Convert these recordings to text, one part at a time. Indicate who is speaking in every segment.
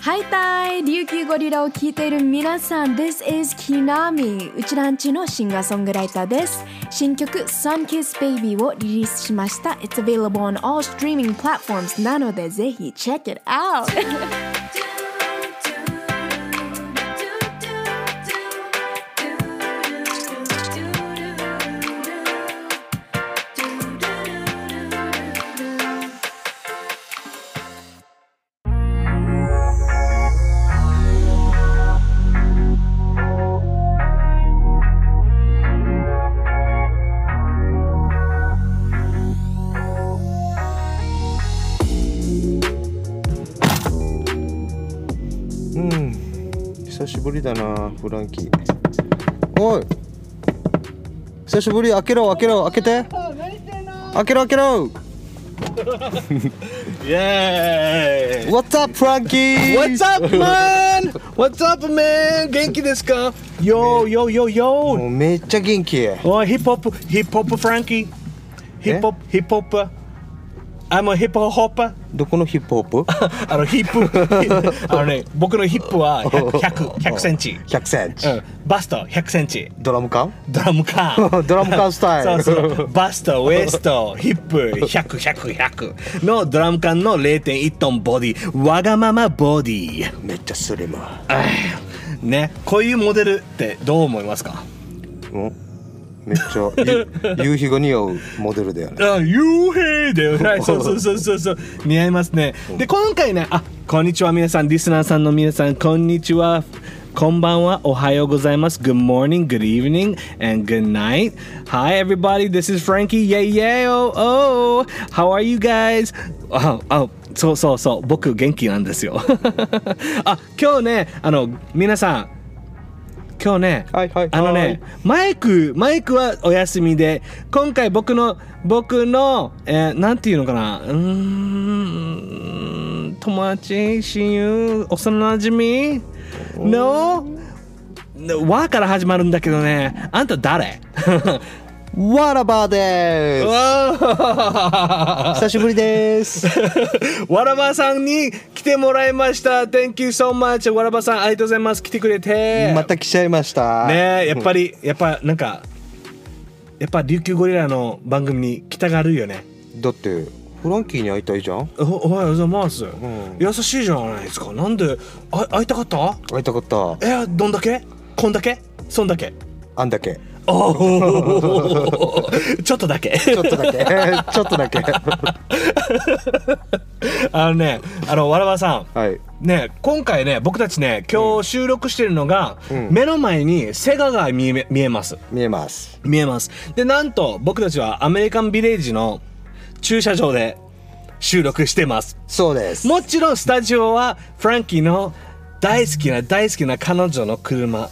Speaker 1: ハイタイ琉球ゴリラを聴いている皆さん This is Kinami うちらんちのシンガーソングライターです新曲 Sun Kiss Baby をリリースしました It's available on all streaming platforms なのでぜひ check it out
Speaker 2: うん久しぶりだなフランキーおい久しぶり開けろ開けろ開けて開けろ開けろ
Speaker 3: イエーイ
Speaker 2: What's up フランキー
Speaker 3: What's up, man? What's up, man? 元気ですか ?Yo, yo, yo,
Speaker 2: も
Speaker 3: yo! Oh,
Speaker 2: うめっちゃ元気
Speaker 3: おい、ヒップホップ、ヒップホップ、フランキー。ヒップホップ、ヒップホップ。I'm a hip hopper.
Speaker 2: どこのヒップホッ プ
Speaker 3: あの、ヒップ。あのね、僕のヒップは100、100 100センチ。
Speaker 2: 100センチ、
Speaker 3: うん、バスト100センチ。
Speaker 2: ドラム缶
Speaker 3: ドラムカー
Speaker 2: ドラム缶スタイル
Speaker 3: そうそうバストウエストヒップ100100のドラム缶の0.1トンボディわがままボディ
Speaker 2: めっちゃスリム
Speaker 3: あーねこういうモデルってどう思いますか
Speaker 2: おめっちゃ ゆ夕日が似合うモデルだよね
Speaker 3: あ幽閉だよ ねそうそうそうそうそう似合いますねで今回ねあこんにちは皆さんリスナーさんの皆さんこんにちはこんばんはおはようございます Good morning, good evening, and good night Hi everybody, this is Frankie Yeah yeah oh oh How are you guys? ああそうそうそう僕元気なんですよ あ今日ねあの皆さん今日ね、
Speaker 2: はいはいはい
Speaker 3: あのねマイクマイクはお休みで今回僕の僕の、えーなんていうのかなうーん友達親友幼馴染の「わ」から始まるんだけどねあんた誰
Speaker 2: わらばでー
Speaker 3: わ
Speaker 2: す久しぶりです
Speaker 3: わらばさんに来てもらいました Thank you so much わらばさんありがとうございます来てくれて
Speaker 2: また来ちゃいました
Speaker 3: ねえやっぱりやっぱなんかやっぱ琉球ゴリラの番組に来たがるよね
Speaker 2: だってフランキーに会いたいじゃん
Speaker 3: おおはようございます、
Speaker 2: ん
Speaker 3: 優しいじゃないですかなんであ会いたかった
Speaker 2: 会いたかった
Speaker 3: えどんだけこんだけそんだけ
Speaker 2: あんだけ
Speaker 3: おーちょっとだけ
Speaker 2: ちょっとだけ ちょっとだけは
Speaker 3: あのねあのわらわさん
Speaker 2: い
Speaker 3: ね今回ね僕たちね今日収録してるのが、
Speaker 2: ん
Speaker 3: 目の前にセガが見え見えます
Speaker 2: 見えます
Speaker 3: 見えますでなんと僕たちはアメリカンビレッジの駐車場で収録してます
Speaker 2: そうです
Speaker 3: もちろんスタジオはフランキーの大好きな大好きな彼女の車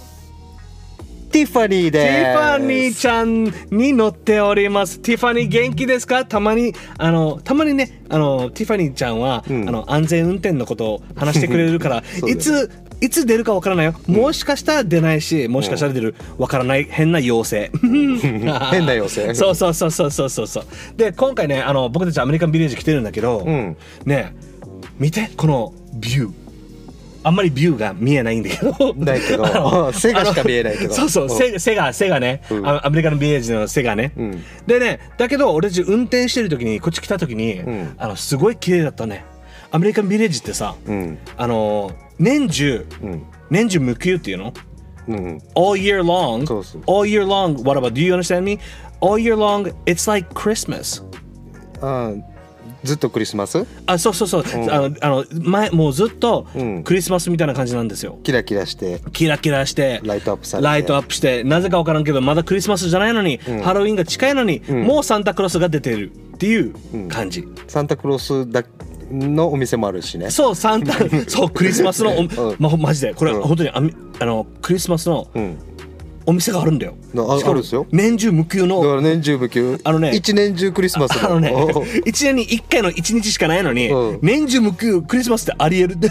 Speaker 2: ティファニー
Speaker 3: テ
Speaker 2: で
Speaker 3: ィファニ
Speaker 2: ー
Speaker 3: ーちゃんに乗っておりますティファニー元気ですかたまにあのたまにねあのティファニーちゃんは、
Speaker 2: ん
Speaker 3: あの安全運転のことを話してくれるから
Speaker 2: そうだよ
Speaker 3: いついつ出るかわからないよ、もしかしたら出ないしもしかしたら出るわからない変な妖 精
Speaker 2: 変な妖精
Speaker 3: そうそうそうそうそうそうそうで今回ねあの僕たちアメリカンビレッジ来てるんだけど、
Speaker 2: ん
Speaker 3: ね見てこのビューあんまりビューが見えないんだけど
Speaker 2: ない けど背がしか見えないけど
Speaker 3: そうそう、セガセガセガね、
Speaker 2: うん
Speaker 3: あアメリカのビレージのセガね、
Speaker 2: ん
Speaker 3: でねだけど俺たち運転してる時にこっち来た時に、
Speaker 2: ん
Speaker 3: あのすごい綺麗だったねアメリカンビレージってさ、
Speaker 2: うん
Speaker 3: あの年中、
Speaker 2: ん
Speaker 3: 年中無休っていうの
Speaker 2: うん、
Speaker 3: all year long
Speaker 2: そうそう
Speaker 3: all year long what about do you understand me all year long it's like Christmas
Speaker 2: あーずっとクリスマス
Speaker 3: あそうそうそう、あのあの前もうずっと
Speaker 2: ん
Speaker 3: クリスマスみたいな感じなんですよ、
Speaker 2: キラキラして
Speaker 3: キラキラして
Speaker 2: ライトアップされて
Speaker 3: ライトアップしてなぜか分からんけどまだクリスマスじゃないのに、ハロウィンが近いのに、もうサンタクロースが出てるっていう感じ、
Speaker 2: サンタクロースだのお店もあるしね
Speaker 3: そうサンタそうクリスマスのお、ま、マジでこれ、本当にあみあのクリスマスの
Speaker 2: ん
Speaker 3: お店があるんだよ、
Speaker 2: なあ
Speaker 3: しかも
Speaker 2: あるんですよ
Speaker 3: 年中無休
Speaker 2: だか
Speaker 3: の
Speaker 2: ら年中無休
Speaker 3: あのね
Speaker 2: 一年中クリスマス
Speaker 3: あのね
Speaker 2: おー
Speaker 3: 1年に1回の1日しかないのに、
Speaker 2: うん
Speaker 3: 年中無休クリスマスってありえるって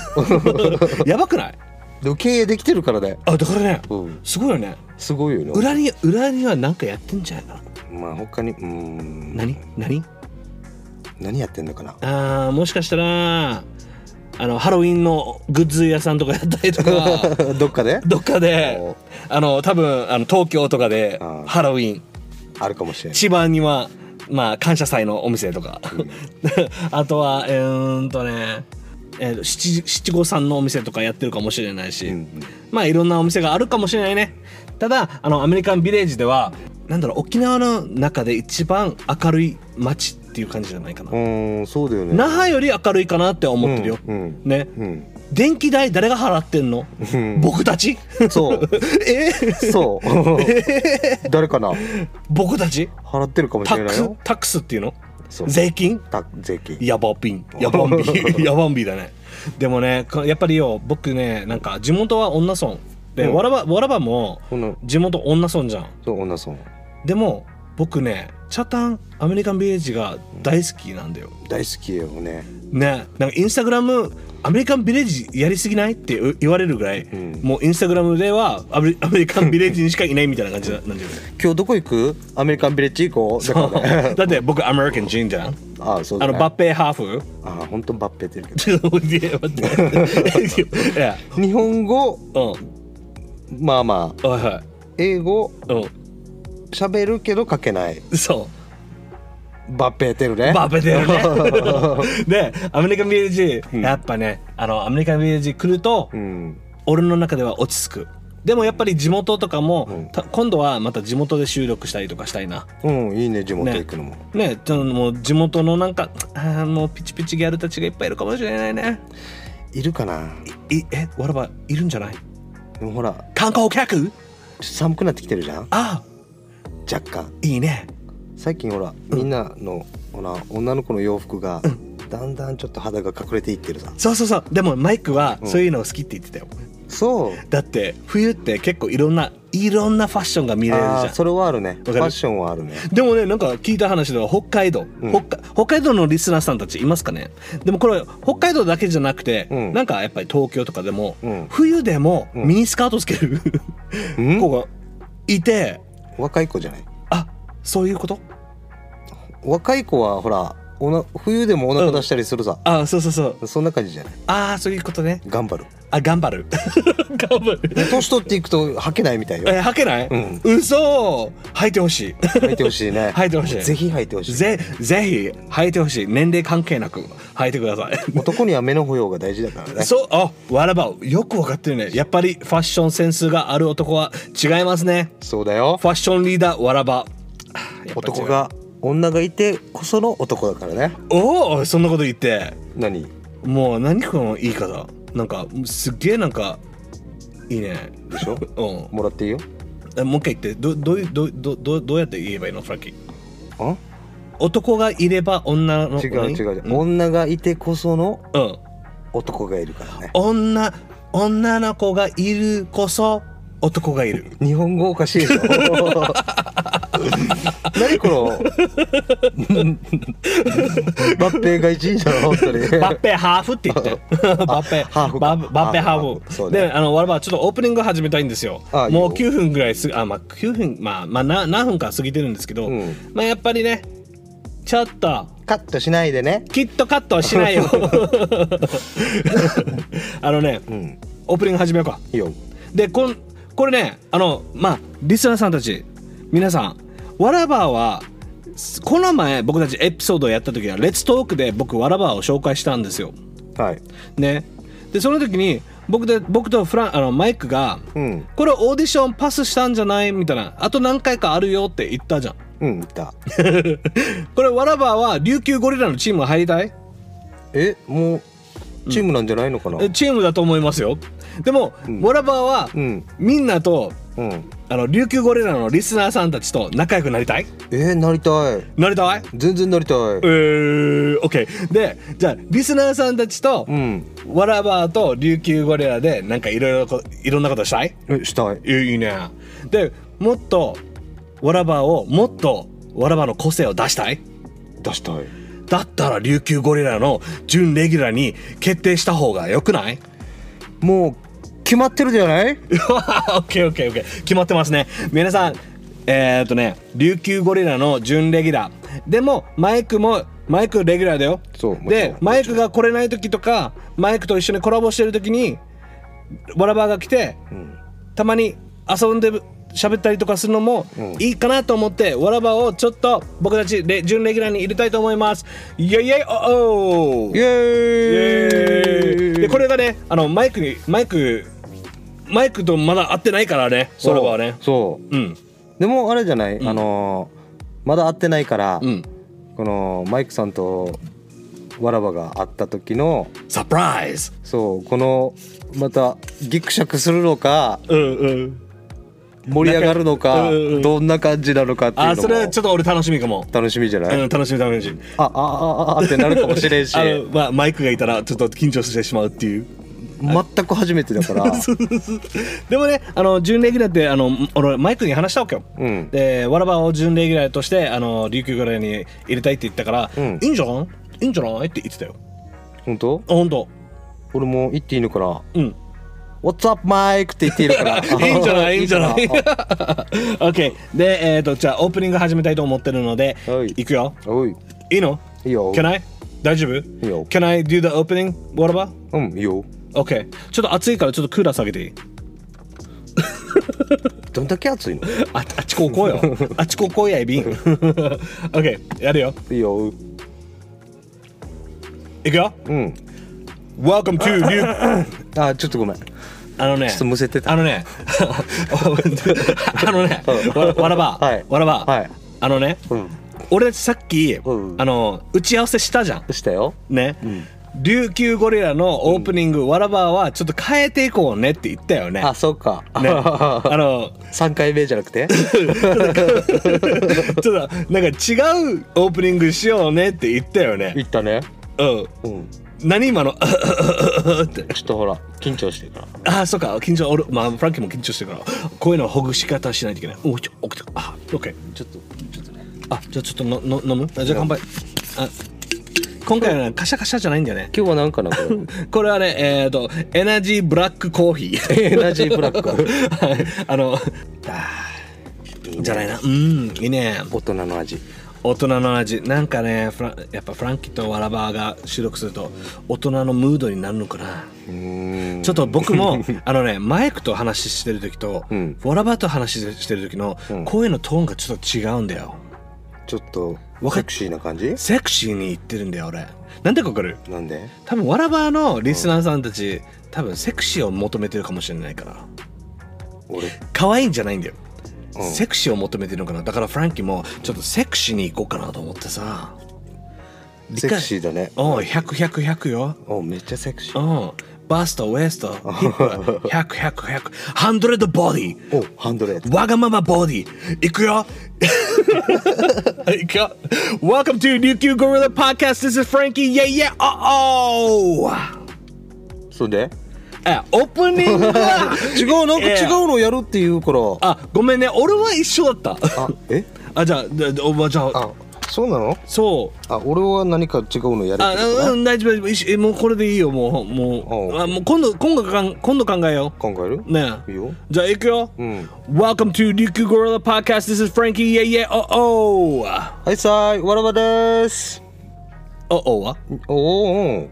Speaker 3: やばくない
Speaker 2: でも経営できてるからね
Speaker 3: あだからね、
Speaker 2: うん
Speaker 3: すごいよね
Speaker 2: すごいよね
Speaker 3: 裏に裏には何かやってんじゃないかな
Speaker 2: まあ他にうーん
Speaker 3: 何何
Speaker 2: 何やってんのかな
Speaker 3: あーもしかしたらあのハロウィンのグッズ屋さんとかやったり とか
Speaker 2: どっかで
Speaker 3: どっかで
Speaker 2: お
Speaker 3: あの多分あの東京とかで
Speaker 2: あー
Speaker 3: ハロウィン
Speaker 2: あるかもしれない
Speaker 3: 千葉にはまあ感謝祭のお店とか、 あとはえーんとね、えー七七五三のお店とかやってるかもしれないし、
Speaker 2: うんうん
Speaker 3: まあいろんなお店があるかもしれないねただあのアメリカンビレージではなんだろう沖縄の中で一番明るい街っていう感じじゃないかな、
Speaker 2: うーんそうだよね
Speaker 3: 那覇より明るいかなって思ってるよ、
Speaker 2: うんうん
Speaker 3: ね、
Speaker 2: うん
Speaker 3: 電気代誰が払ってんの、
Speaker 2: うん
Speaker 3: 僕 たち
Speaker 2: そう
Speaker 3: え
Speaker 2: そう 誰かな
Speaker 3: 僕たち
Speaker 2: 払ってるかもし
Speaker 3: タ
Speaker 2: れ
Speaker 3: ック
Speaker 2: ない
Speaker 3: ス
Speaker 2: よ
Speaker 3: タックスっていうの
Speaker 2: そう
Speaker 3: 税金
Speaker 2: た税金
Speaker 3: ヤバピンヤバン ビヤバンビだねでもねこやっぱりよ僕ねなんか地元は女村で、
Speaker 2: うん
Speaker 3: わらばわらばも
Speaker 2: この
Speaker 3: 地元女村じゃん
Speaker 2: そう女村
Speaker 3: でも僕ねチャタンアメリカンビレッジが大好きなんだよ
Speaker 2: 大好きよね
Speaker 3: ねなんかインスタグラムアメリカンビレッジやりすぎないってう言われるぐらい、
Speaker 2: ん
Speaker 3: もうインスタグラムではアメリアメリカンビレッジにしかいないみたいな感じななんだよね
Speaker 2: 今日どこ行くアメリカンビレッジ行こうだからね
Speaker 3: だって僕アメリカン人じゃん
Speaker 2: あそうだ
Speaker 3: あの
Speaker 2: ね
Speaker 3: バッペハ ーフ
Speaker 2: あ本当バッペ出るけ
Speaker 3: ちょっと待って待っていや
Speaker 2: ど日本語
Speaker 3: うん
Speaker 2: まあまあ
Speaker 3: はいはい
Speaker 2: 英語
Speaker 3: う
Speaker 2: 喋るけど書けない
Speaker 3: ん、そ
Speaker 2: バッペ出るね
Speaker 3: う、バーベだよ ね。で、アメリカンビレッジ、やっぱね、あの、アメリカンビレッジ来ると、
Speaker 2: うん
Speaker 3: 俺の中では落ち着く。でもやっぱり地元とかも、
Speaker 2: ん
Speaker 3: た今度はまた地元で収録したりとかしたいな。
Speaker 2: うんいいね地元行くのも、
Speaker 3: ね、ちょっともう地元のなんか、あーもうピチピチギャルたちがいっぱいいるかもしれないね。、
Speaker 2: いるかない
Speaker 3: いえ、わらば、いるんじゃない
Speaker 2: でもほら
Speaker 3: 観光客
Speaker 2: 寒くなってきてるじゃん
Speaker 3: あ
Speaker 2: 若干
Speaker 3: あ、いいね。
Speaker 2: 最近ほらみんなの、ほら女の子の洋服が、だんだんちょっと肌が隠れていってるさ
Speaker 3: そうそうそう。でもマイクは、そういうのを好きって言ってたよ。
Speaker 2: そう
Speaker 3: だって、冬って結構いろんな、いろんなファッションが見れるじ
Speaker 2: あ
Speaker 3: ゃ
Speaker 2: ー
Speaker 3: ん。
Speaker 2: それはあるねフ
Speaker 3: か
Speaker 2: ァ
Speaker 3: る
Speaker 2: ッションはあるね
Speaker 3: でもねなんか聞いた話では北海道、
Speaker 2: うん
Speaker 3: 北海北海道のリスナーさんたちいますかねでもこれ北海道だけじゃなくて、
Speaker 2: うん
Speaker 3: なんかやっぱり東京とかでも、
Speaker 2: うん
Speaker 3: 冬でも
Speaker 2: うん
Speaker 3: ミニスカートつける
Speaker 2: うん
Speaker 3: 子がいて
Speaker 2: 若い子じゃない
Speaker 3: あそういうこと
Speaker 2: 若い子はほらおな冬でもお腹出したりするさ、
Speaker 3: あそうそうそう
Speaker 2: そんな感じじゃない
Speaker 3: あーそういうことね
Speaker 2: 頑張る
Speaker 3: あ頑張る 頑張る
Speaker 2: 年取っていくと吐けないみたいよ
Speaker 3: え履けない、
Speaker 2: うん
Speaker 3: 嘘履いてほしい
Speaker 2: 吐いてほしいね
Speaker 3: 履いてほしい
Speaker 2: ぜひ吐いてほしい
Speaker 3: ぜぜひ履いてほしい年齢関係なく履いてください
Speaker 2: 男には目の保養が大事だからね
Speaker 3: そう、あ、わらば、よくわかってるね。やっぱりファッションセンスがある男は違いますね。
Speaker 2: そうだよ
Speaker 3: ファッションリーダーわらば。あやっぱ違う
Speaker 2: 男。が女がいてこその男だからね
Speaker 3: おお、そんなこと言って。
Speaker 2: 何
Speaker 3: もう、何この言い方。なんか、すっげえなんか、いいね。
Speaker 2: でしょ
Speaker 3: うん
Speaker 2: もらっていいよ
Speaker 3: え。もう一回言って、ど、どういう、どう、どう、どうどうやって言えばいいの、フランキー。
Speaker 2: あ
Speaker 3: 男がいれば女の。
Speaker 2: 違う違う違う、
Speaker 3: うん。
Speaker 2: 女がいてこその
Speaker 3: うん
Speaker 2: 男がいるからね
Speaker 3: 女、女の子がいるこそ、男がいる。
Speaker 2: 日本語おかし いぞ何この バッペが一位だろ本当に
Speaker 3: バッペハーフって言 って。バッペ
Speaker 2: ハーフ
Speaker 3: バ
Speaker 2: か
Speaker 3: ッバッペハ
Speaker 2: ハ
Speaker 3: ー
Speaker 2: ー
Speaker 3: フ。
Speaker 2: フそうね
Speaker 3: で、あの、わらば、ちょっとオープニング始めたいんですよ。
Speaker 2: あいいよ
Speaker 3: もう9分ぐらいす、あ、まあ、9分、まあ、まあ、な何分か過ぎてるんですけど、
Speaker 2: うん
Speaker 3: まあ、やっぱりね、ちょっと、
Speaker 2: カットしないでね
Speaker 3: きっとカットはしな いよ。あのね、
Speaker 2: うん
Speaker 3: オープニング始めようか。
Speaker 2: いいよ
Speaker 3: で、こん、これね、あの、まあ、リスナーさんたち、皆さん、わらばは、この前僕たちエピソードをやった時は「レッツトーク」で僕わらばを紹介したんですよ。
Speaker 2: はい
Speaker 3: ねでその時に僕で僕とフランあのマイクが、
Speaker 2: うん
Speaker 3: これオーディションパスしたんじゃないみたいなあと何回かあるよって言ったじゃん
Speaker 2: うんいた
Speaker 3: これわらばは琉球ゴリラのチーム入りたい
Speaker 2: えもうチームなんじゃないのかな、
Speaker 3: えチームだと思いますよでも、わらばは、
Speaker 2: うん
Speaker 3: みんなと
Speaker 2: うん
Speaker 3: あの琉球ゴリラのリスナーさんたちと仲良くなりたい
Speaker 2: えー、なりたい
Speaker 3: なりたい
Speaker 2: 全然なりたい
Speaker 3: えー、OK でじゃあリスナーさんたちと、
Speaker 2: うん
Speaker 3: わらばと琉球ゴリラでなんかいろいろこいろんなことしたい
Speaker 2: えしたい
Speaker 3: いいいいねでもっとわらばをもっとわらばの個性を出したい
Speaker 2: 出したい
Speaker 3: だったら琉球ゴリラの準レギュラーに決定した方がよくない
Speaker 2: もう決まってるじゃない
Speaker 3: オ ッケーオッケーオッケー決まってますね皆さんえー、っとね琉球ゴリラの準レギュラーでもマイクもマイクレギュラーだよ
Speaker 2: そうもちろん
Speaker 3: でマイクが来れない時とかマイクと一緒にコラボしてる時にバラバーが来て、たまに遊んで喋ったりとかするのもいいかなと思って、わらばをちょっと僕たちレ準レギュラーに入れたいと思います。イェイイェイおお
Speaker 2: イエーイ
Speaker 3: でこれがねあのマイクにマイクマイクとまだ合ってないからねそらばはね
Speaker 2: そうそう
Speaker 3: うん
Speaker 2: でもあれじゃない、あのーまだ会ってないから、
Speaker 3: うん
Speaker 2: このマイクさんとわらばが会った時の
Speaker 3: サプライズ
Speaker 2: そうこのまたギクシャクするのか
Speaker 3: うんうん
Speaker 2: 盛り上がるのか、
Speaker 3: うんうん
Speaker 2: どんな感じなのかっていうの
Speaker 3: あ
Speaker 2: も
Speaker 3: それはちょっと俺楽しみかも、
Speaker 2: 楽しみじゃない、
Speaker 3: うん楽しみ楽しみ
Speaker 2: あああああってなるかもしれんし
Speaker 3: あの、まあ、マイクがいたらちょっと緊張してしまうっていう
Speaker 2: 全く初めてだから
Speaker 3: でもねあの準レギュラーってあの俺マイクに話したわけよ、
Speaker 2: うん
Speaker 3: でわらばを準レギュラーとしてあの琉球ぐらいに入れたいって言ったから、
Speaker 2: うん
Speaker 3: いいんじゃんいいんじゃないって言ってたよ
Speaker 2: 本当
Speaker 3: あ本当
Speaker 2: 俺も言っていいのかな
Speaker 3: うん
Speaker 2: What's up, Mike? って言 っていいのかな
Speaker 3: いいんじゃないいいんじゃない
Speaker 2: いか
Speaker 3: ?OK でえっ、とじゃあオープニング始めたいと思ってるので、
Speaker 2: はい
Speaker 3: いくよ
Speaker 2: なおい
Speaker 3: いいの
Speaker 2: いいよ
Speaker 3: Can I? 大丈夫
Speaker 2: いよ
Speaker 3: Can I do the opening? What about?
Speaker 2: うんいいよ
Speaker 3: OK ちょっと暑いからちょっとクーラー下げていい
Speaker 2: どんだけ暑いの
Speaker 3: ああっちこうこ うよあっちこうこうやいびん OK やるよ
Speaker 2: いいよ
Speaker 3: いくよ
Speaker 2: うん
Speaker 3: Welcome to 琉球
Speaker 2: あちょっとごめん
Speaker 3: あのね、
Speaker 2: ちょっとむせてた
Speaker 3: あのね、 あのね、わわらば、
Speaker 2: はい
Speaker 3: わらば、
Speaker 2: はい
Speaker 3: あのね、
Speaker 2: うん
Speaker 3: 俺たちさっき、
Speaker 2: うん
Speaker 3: あの打ち合わせしたじゃん。
Speaker 2: したよ
Speaker 3: ね、琉球ゴリラのオープニング、わらばはちょっと変えていこうねって言ったよね。
Speaker 2: あそうか、
Speaker 3: ね、あの
Speaker 2: 3回目じゃなくて
Speaker 3: ちょっとなんか違うオープニングしようねって言ったよね。
Speaker 2: 行ったね
Speaker 3: うん。
Speaker 2: うん
Speaker 3: 何今の って。
Speaker 2: ちょっとほら緊張してるから
Speaker 3: ああ、そうか、緊張、俺、まあ、フランキーも緊張してるから、こういうのほぐし方しないといけない。おお、ちょ、おちょ、あ、オッケー。
Speaker 2: ちょっとちょっとね
Speaker 3: あじゃあちょっとのの飲むあじゃあ乾杯あ今回はねカシャカシャじゃないんだよね
Speaker 2: 今日は何かなこれ
Speaker 3: これはねえっ、とエナジーブラックコーヒー
Speaker 2: エ ナジーブラック
Speaker 3: はいあのじゃないなうんいいね
Speaker 2: 大人の味
Speaker 3: 大人の味なんかねフランやっぱフランキーとワラバーが収録すると大人のムードになるのかな
Speaker 2: うーん
Speaker 3: ちょっと僕 もあのねマイクと話してる時と、
Speaker 2: うん
Speaker 3: ワラバーと話してる時の声のトーンがちょっと違うんだよ
Speaker 2: ちょっと
Speaker 3: わか
Speaker 2: セ
Speaker 3: っ
Speaker 2: クシーな感じ
Speaker 3: セクシーに言ってるんだよ俺なんでかわかる
Speaker 2: なんで
Speaker 3: 多分わらばのリスナーさんたち、多分セクシーを求めてるかもしれないから
Speaker 2: 俺
Speaker 3: 可愛いんじゃないんだよ、
Speaker 2: うん
Speaker 3: セクシーを求めてるのかなだからフランキーもちょっとセクシーに行こうかなと思ってさ
Speaker 2: セクシーだね
Speaker 3: おう100100よ
Speaker 2: おめっちゃセクシー
Speaker 3: おうバストウエストヒップ100100ハンドレッドボディ
Speaker 2: おハンドレッド
Speaker 3: わがままボディいくよ いくよ Welcome to 琉球ゴリラ Podcast This is Frankie Yeah yeah oh oh
Speaker 2: それで
Speaker 3: えオープニング は
Speaker 2: 違うなんか
Speaker 3: いや
Speaker 2: 違うのやるって言うから
Speaker 3: あごめんね俺は一緒だった
Speaker 2: あえ
Speaker 3: あじゃあででおばじゃあ
Speaker 2: あそうなの
Speaker 3: そう
Speaker 2: あ俺は何か違うのやる
Speaker 3: あ
Speaker 2: ってこと
Speaker 3: う
Speaker 2: ね
Speaker 3: ん大丈夫大丈夫一緒えもうこれでいいよもうも
Speaker 2: お
Speaker 3: う
Speaker 2: う
Speaker 3: あもう今度今度かん今度考えよ
Speaker 2: 考える
Speaker 3: うねえ
Speaker 2: いいよ
Speaker 3: じゃあ行くよ、
Speaker 2: うん
Speaker 3: Welcome to 琉球ゴリラ Podcast This is Frankie Yeah yeah oh oh
Speaker 2: はいさーいわらばです
Speaker 3: oh oh は
Speaker 2: おおお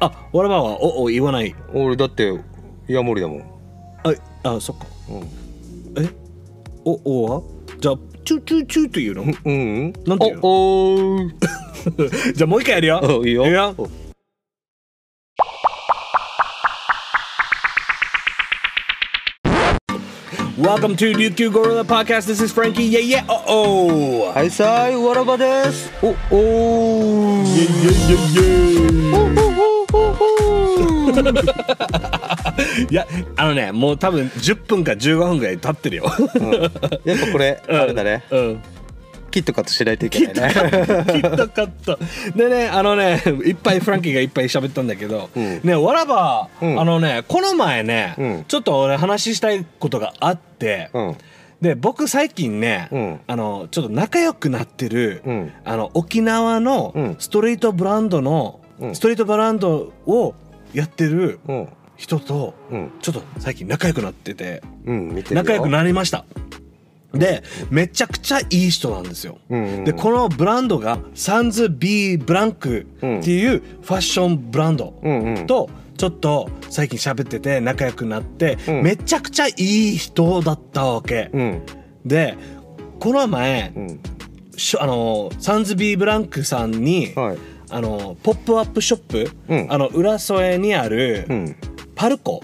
Speaker 3: あわらばは oh oh 言わない
Speaker 2: 俺だってヤモリだもん
Speaker 3: ああそっか、え oh oh はじゃあチューチューチューって言う の
Speaker 2: うんうん
Speaker 3: なんて言う の
Speaker 2: おおー
Speaker 3: じゃあもう一回やるよ
Speaker 2: おいいよ
Speaker 3: いくよWelcome to 琉球ゴリラ Podcast. This is Frankie. Yeah, yeah, oh, oh.
Speaker 2: はいさーいわらばですおおお
Speaker 3: yeah,
Speaker 2: おー
Speaker 3: yeah. いや、あのね、もう多分10分か15分ぐらい経ってるよ。
Speaker 2: やっぱこれあれだね
Speaker 3: うん。
Speaker 2: キットカットしないといけないね
Speaker 3: 聞きたかった。でね、あのね、いっぱいフランキーがいっぱい喋ったんだけど、
Speaker 2: うん
Speaker 3: ね、わらば、
Speaker 2: うん
Speaker 3: あのね、この前ね、
Speaker 2: うん
Speaker 3: ちょっと俺話したいことがあって、
Speaker 2: うん
Speaker 3: で僕最近ね、
Speaker 2: うん
Speaker 3: あのちょっと仲良くなってる、
Speaker 2: うん
Speaker 3: あの沖縄
Speaker 2: う
Speaker 3: の
Speaker 2: ん
Speaker 3: ストリートブランドの、
Speaker 2: うん
Speaker 3: ストリートブランドをやってる
Speaker 2: うん
Speaker 3: 人と
Speaker 2: うん
Speaker 3: ちょっと最近仲良くなってて
Speaker 2: うん見てるよ
Speaker 3: 仲良くなりましたでめちゃくちゃいい人なんですよ、
Speaker 2: うんうん
Speaker 3: でこのブランドがサンズ・ビー・ブランクっていうファッションブランド
Speaker 2: うんうん
Speaker 3: とちょっと最近喋ってて仲良くなって、
Speaker 2: うん
Speaker 3: めちゃくちゃいい人だったわけ、
Speaker 2: うん
Speaker 3: でこの前、
Speaker 2: うん
Speaker 3: しょあのサンズ・ビー・ブランクさんに、
Speaker 2: はい
Speaker 3: あのポップアップショップ、
Speaker 2: うん
Speaker 3: あの浦添にある、
Speaker 2: うん
Speaker 3: パルコ、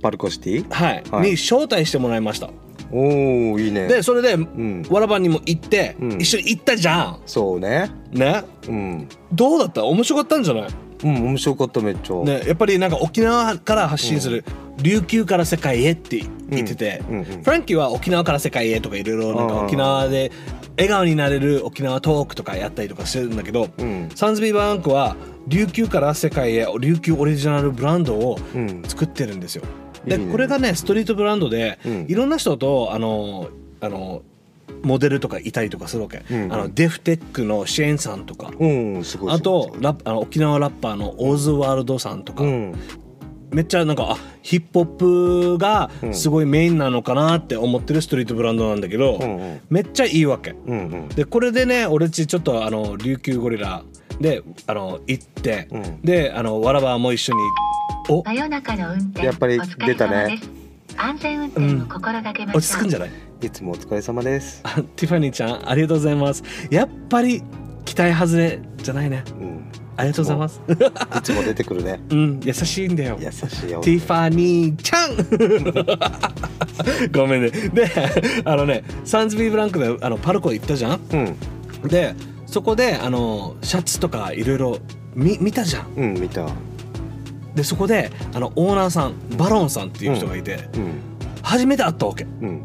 Speaker 2: パルコシティ
Speaker 3: はい
Speaker 2: はい
Speaker 3: に招待してもらいました
Speaker 2: おおいいね
Speaker 3: でそれで、
Speaker 2: ん
Speaker 3: わらばにも行って、
Speaker 2: うん
Speaker 3: 一緒に行ったじゃん
Speaker 2: そうね
Speaker 3: ね
Speaker 2: うん
Speaker 3: どうだった面白かったんじゃない、
Speaker 2: うん面白かっためっちゃ
Speaker 3: ね、やっぱりなんか沖縄から発信する、琉球から世界へって言ってて、
Speaker 2: うんうんうん
Speaker 3: フランキーは沖縄から世界へとかいろいろなん
Speaker 2: あ
Speaker 3: か
Speaker 2: ー
Speaker 3: 沖縄で笑顔になれる沖縄トークとかやったりとかしてるんだけど、
Speaker 2: うん
Speaker 3: サンズビーバンクは琉球から世界へ琉球オリジナルブランドを
Speaker 2: うん
Speaker 3: 作ってるんですよ。で
Speaker 2: いいね
Speaker 3: これがねストリートブランドで、
Speaker 2: うん
Speaker 3: いろんな人とあのあのモデルとかいたりとかするわけ、
Speaker 2: うん
Speaker 3: あのデフテックのシェーンさんとか、
Speaker 2: うんすごい
Speaker 3: あとラップあの沖縄ラッパーのオズワルドさんとか、
Speaker 2: うん
Speaker 3: めっちゃなんかあヒップホップがすごいメインなのかなって思ってるストリートブランドなんだけど、
Speaker 2: うんうん
Speaker 3: めっちゃいいわけ。
Speaker 2: うんうん
Speaker 3: でこれでね俺ちちょっとあの琉球ゴリラであの行って、
Speaker 2: うん
Speaker 3: であのわらばも一緒にお
Speaker 4: 真夜中の運転
Speaker 2: やっぱり
Speaker 4: お疲
Speaker 2: 出
Speaker 4: れ
Speaker 2: た
Speaker 4: 様
Speaker 2: ね
Speaker 4: です安全運転を心がけましょう、
Speaker 3: 落ち着くんじゃない
Speaker 2: いつもお疲れ様です
Speaker 3: あティファニーちゃんありがとうございますやっぱり期待外れじゃないね
Speaker 2: うん
Speaker 3: ありがとうございます
Speaker 2: いつも出てくるね
Speaker 3: うん優しいんだよ
Speaker 2: 優しいよ
Speaker 3: ティファニーちゃんごめんねであのねサンズビーブランクであのパルコ行ったじゃん
Speaker 2: うん
Speaker 3: でそこであのシャツとかいろいろ見見たじゃん
Speaker 2: うん見たう
Speaker 3: でそこであのオーナーさんバロンさんっていう人がいて、
Speaker 2: ん
Speaker 3: 初めて会ったわけ
Speaker 2: うん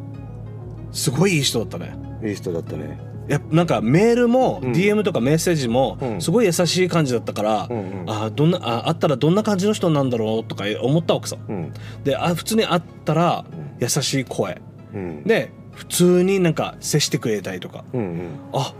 Speaker 3: すごいいい人だったね
Speaker 2: いい人だったね
Speaker 3: やっぱなんかメールも
Speaker 2: うん
Speaker 3: DM とかメッセージも
Speaker 2: うん
Speaker 3: すごい優しい感じだったから、
Speaker 2: うんうん
Speaker 3: あーどんなあ会ったらどんな感じの人なんだろうとか思ったわけさ
Speaker 2: うん
Speaker 3: であ普通に会ったら
Speaker 2: ん
Speaker 3: 優しい声
Speaker 2: うん
Speaker 3: で普通になんか接してくれたりとか
Speaker 2: うん
Speaker 3: あ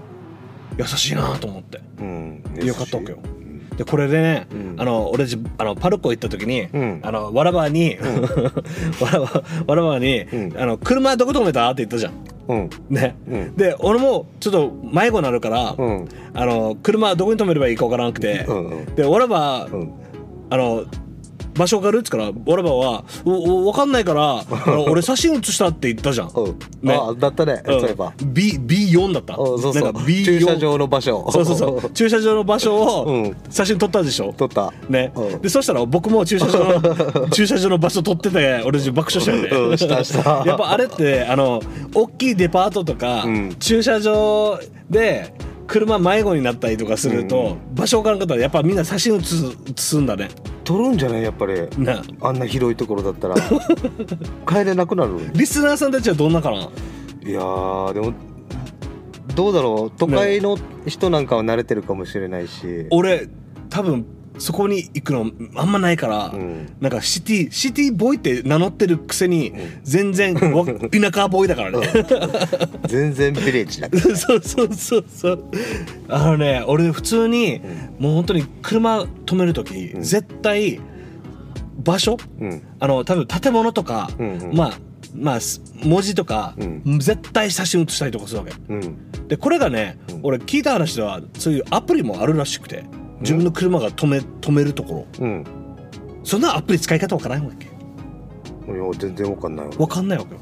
Speaker 3: 優しいなと思って
Speaker 2: うんうん
Speaker 3: よかったわけよ
Speaker 2: うん
Speaker 3: でこれでね、
Speaker 2: うん
Speaker 3: あの俺じあのパルコ行った時に、
Speaker 2: うん
Speaker 3: あのわらばに、 わらばわらばに、
Speaker 2: うん
Speaker 3: あの車どこ止めたって言ったじゃん
Speaker 2: うん
Speaker 3: ね、
Speaker 2: うん
Speaker 3: で俺もちょっと迷子になるから、
Speaker 2: うん
Speaker 3: あの車どこに止めればいいかわからなくて、
Speaker 2: うんうん
Speaker 3: でわらば、
Speaker 2: うん
Speaker 3: あの場所わかるっつったからわらばは「おおわかんな いからあの俺写真写した」って言ったじゃん、
Speaker 2: うん
Speaker 3: ね
Speaker 2: あだったね
Speaker 3: う
Speaker 2: そ
Speaker 3: ん
Speaker 2: ういえば
Speaker 3: B B4 だった
Speaker 2: おそうそ
Speaker 3: な
Speaker 2: うん
Speaker 3: か B4
Speaker 2: 駐車場の場所
Speaker 3: そうそうそう駐車場の場所
Speaker 2: う
Speaker 3: を
Speaker 2: ん
Speaker 3: 写真撮ったでしょ
Speaker 2: 撮った
Speaker 3: ね、
Speaker 2: うん
Speaker 3: でそしたら僕も駐車場 の駐車場の場所取ってて俺爆笑したよね、
Speaker 2: うんしたした
Speaker 3: やっぱあれってあの大きいデパートとか、
Speaker 2: うん
Speaker 3: 駐車場で車迷子になったりとかすると、場所わからんかったらやっぱみんな写真写す写すんだね
Speaker 2: 撮るんじゃないやっぱり
Speaker 3: な
Speaker 2: あんな広いところだ ったら帰れなくなる
Speaker 3: リスナーさんたちはどんなかない
Speaker 2: やーでもどうだろう都会の人なんかは慣れてるかもしれないし、
Speaker 3: 俺多分そこに行くのあんまないから、
Speaker 2: うん
Speaker 3: なんかシティシティボーイって名乗ってるくせに
Speaker 2: ん
Speaker 3: 全然わ田舎ボーイだからね、
Speaker 2: 全然ビレッジだから
Speaker 3: そうそうそうそうあのね俺普通に、もう本当に車止める時、
Speaker 2: うん
Speaker 3: 絶対場所
Speaker 2: うん
Speaker 3: あの多分建物とか、
Speaker 2: うんうん
Speaker 3: まあまあす文字とか、
Speaker 2: うん
Speaker 3: 絶対写真写したりとかするわけ
Speaker 2: うん
Speaker 3: でこれがね、
Speaker 2: うん
Speaker 3: 俺聞いた話ではそういうアプリもあるらしくて自分の車が止め止めるとこ
Speaker 2: うん
Speaker 3: ろそんなアプリ使い方わからないわけ
Speaker 2: いや全然わかんないわ
Speaker 3: わかんないわけよ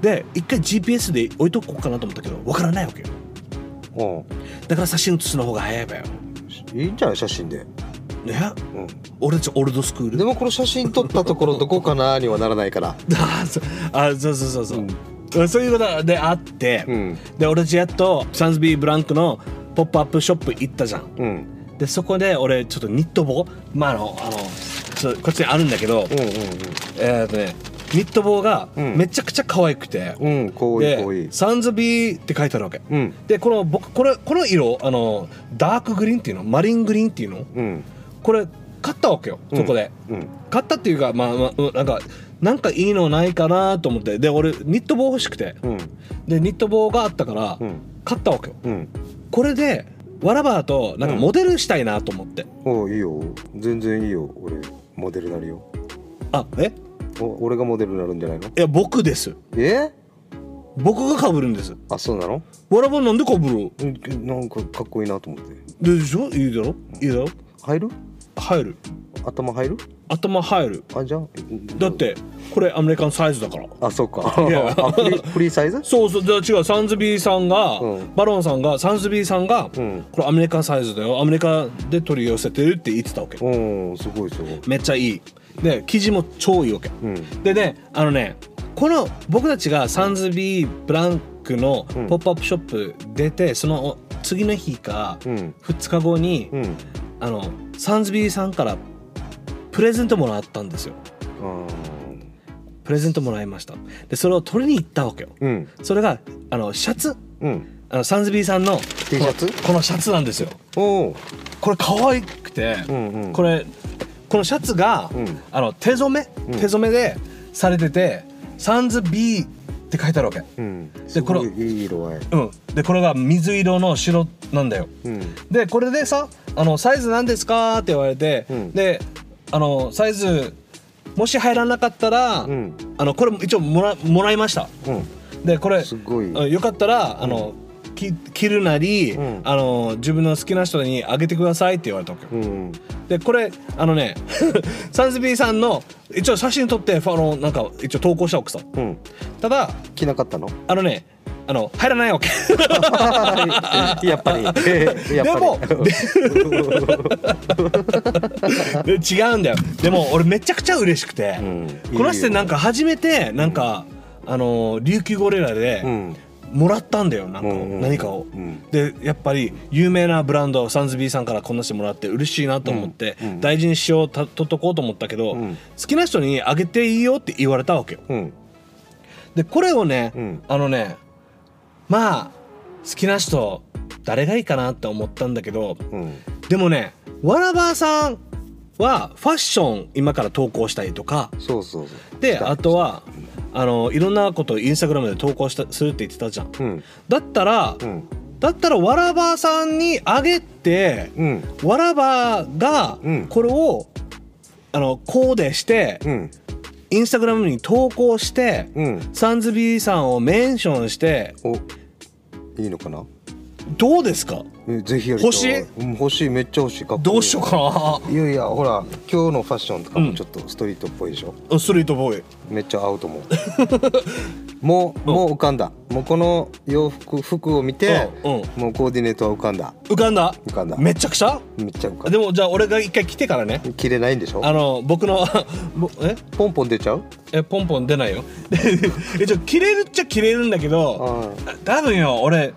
Speaker 3: で一回 GPS で置いとこうかなと思ったけどわからないわけよ
Speaker 2: う
Speaker 3: だから写真写すの方が早いわよ
Speaker 2: んいいんじゃない写真で、
Speaker 3: ね
Speaker 2: う
Speaker 3: 俺たちオールドスクー
Speaker 2: ん、
Speaker 3: ル
Speaker 2: でもこの写真撮ったところどこかなにはならないから
Speaker 3: あそうあそうそうそうそう、そういうことであって、
Speaker 2: うん
Speaker 3: で俺たちやっとサンズビーブランクのポップアップショップ行ったじゃん
Speaker 2: うんうん
Speaker 3: でそこで俺ちょっとニット帽まああのあのそうこっちにあるんだけど、えーっとねニット帽が
Speaker 2: うん
Speaker 3: めちゃくちゃ可愛くて、
Speaker 2: うんうんうんこうい
Speaker 3: で
Speaker 2: うこうい
Speaker 3: サンズビーって書いてあるわけ、
Speaker 2: うん
Speaker 3: でこの僕これこの色あのダークグリーンっていうのマリングリーンっていうの
Speaker 2: うん
Speaker 3: これ買ったわけよ、そこで、
Speaker 2: うん
Speaker 3: 買ったっていうかまあ、まあうん、なんかなんかいいのないかなと思ってで俺ニット帽欲しくて
Speaker 2: うん
Speaker 3: でニット帽があったから
Speaker 2: うん
Speaker 3: 買ったわけよ
Speaker 2: うん
Speaker 3: これでわらばとなんか
Speaker 2: うん
Speaker 3: モデルしたいなと思って、
Speaker 2: おいいよ全然いいよ俺モデルなるよ
Speaker 3: あえ
Speaker 2: お俺がモデルになるんじゃないの
Speaker 3: いや僕です
Speaker 2: え
Speaker 3: 僕がかぶるんです
Speaker 2: あそうなの
Speaker 3: わらばなんでかぶる
Speaker 2: うんなんかかっこいいなと思って
Speaker 3: でしょいいだろいいだろ
Speaker 2: 入る
Speaker 3: 入る
Speaker 2: 頭入る
Speaker 3: 頭入る
Speaker 2: あじゃあ
Speaker 3: だってこれアメリカンサイズだから
Speaker 2: あそうか
Speaker 3: いや
Speaker 2: あフリーフリーサイズ
Speaker 3: そうそうだから違うサンズビーさんが、
Speaker 2: うん
Speaker 3: バロンさんがサンズビーさんが、
Speaker 2: ん
Speaker 3: これアメリカンサイズだよアメリカで取り寄せてるって言ってたわけ、
Speaker 2: うんすごいすごい
Speaker 3: めっちゃいいで生地も超いいわけ、
Speaker 2: うん
Speaker 3: でねあのねこの僕たちがサンズビーブランクの
Speaker 2: うん
Speaker 3: ポップアップショップ出て、その次の日か
Speaker 2: うん
Speaker 3: 2日後に、
Speaker 2: うん
Speaker 3: あのサンズビーさんからプレゼントもらったんですよ
Speaker 2: あ
Speaker 3: プレゼントもらいましたでそれを取りに行ったわけよ
Speaker 2: ーうん
Speaker 3: それがあのシャツ
Speaker 2: うん
Speaker 3: あのサンズビーさんの
Speaker 2: T シャツ
Speaker 3: このこのシャツなんですよ
Speaker 2: おお
Speaker 3: これ可愛くて、
Speaker 2: うんうん
Speaker 3: これこのシャツが、
Speaker 2: うん
Speaker 3: あの手染め、
Speaker 2: うん
Speaker 3: 手染めでされててサンズビーって書いてあるわけ、
Speaker 2: うんすごいいい色合い
Speaker 3: うん、でこれが水色の白なんだよ
Speaker 2: うん
Speaker 3: でこれでさあの「サイズ何ですか?」って言われて、
Speaker 2: うん
Speaker 3: であのサイズもし入らなかったら、
Speaker 2: うん
Speaker 3: あのこれも一応もらもらいました
Speaker 2: うん
Speaker 3: でこれ
Speaker 2: すごい
Speaker 3: うんよかったらあの、き着るなり、
Speaker 2: うん
Speaker 3: あの自分の好きな人にあげてくださいって言われたわけよ、
Speaker 2: うん
Speaker 3: でこれあのね サンズビーさんの一応写真撮ってファローなんか一応投稿した奥さん
Speaker 2: うん
Speaker 3: ただ
Speaker 2: 着なかったの
Speaker 3: あのねあの入らな いわけ
Speaker 2: やっぱりやっぱり
Speaker 3: でもで違うんだよでも俺めちゃくちゃ嬉しくて、
Speaker 2: うん
Speaker 3: この人なんか初めてなんか、あの琉球ゴリラで、
Speaker 2: うん
Speaker 3: もらったんだよなんか、
Speaker 2: うんうん
Speaker 3: 何かを、
Speaker 2: うん
Speaker 3: でやっぱり有名なブランドサンズビーさんからこんなしてもらって嬉しいなと思って、
Speaker 2: うんうん
Speaker 3: 大事にしようとっとこうと思ったけど、
Speaker 2: うん
Speaker 3: 好きな人にあげていいよって言われたわけよ
Speaker 2: うん
Speaker 3: でこれをね、
Speaker 2: うん
Speaker 3: あのねまあ好きな人誰がいいかなって思ったんだけど
Speaker 2: うん
Speaker 3: でもねわらばーさんはファッション今から投稿したりとか
Speaker 2: そうそうそう
Speaker 3: で
Speaker 2: した
Speaker 3: あとはあのいろんなことをインスタグラムで投稿したするって言ってたじゃん
Speaker 2: うん
Speaker 3: だったら、
Speaker 2: うん
Speaker 3: だったらわらばさんにあげて、
Speaker 2: うん
Speaker 3: わらばが
Speaker 2: うん
Speaker 3: これを、あのコーデして、
Speaker 2: うん
Speaker 3: インスタグラムに投稿して、
Speaker 2: うん
Speaker 3: サンズビーさんをメンションして
Speaker 2: おいいのかな
Speaker 3: どうですか
Speaker 2: えぜひやりたい
Speaker 3: 欲しい
Speaker 2: うん欲しいめっちゃ欲しいかっこいい
Speaker 3: どうしようか
Speaker 2: いやいやほら今日のファッションとか
Speaker 3: う
Speaker 2: も
Speaker 3: ん
Speaker 2: ちょっとストリートっぽいでしょ、
Speaker 3: な ストリートボーイ
Speaker 2: めっちゃ合うと思う もうもう浮かんだもうこの洋服服を見て、
Speaker 3: うんうん
Speaker 2: もうコーディネートは浮かんだ
Speaker 3: 浮かんだ
Speaker 2: 浮かんだ
Speaker 3: めちゃくちゃ
Speaker 2: めっちゃ浮かん
Speaker 3: でもじゃあ俺が一回来てからね
Speaker 2: だ着れないんでしょ
Speaker 3: あの僕の ぼえ
Speaker 2: ポンポン出ちゃう
Speaker 3: えポンポン出ないよ 一応切れるっちゃ切れるんだけど
Speaker 2: あ
Speaker 3: 多分よ俺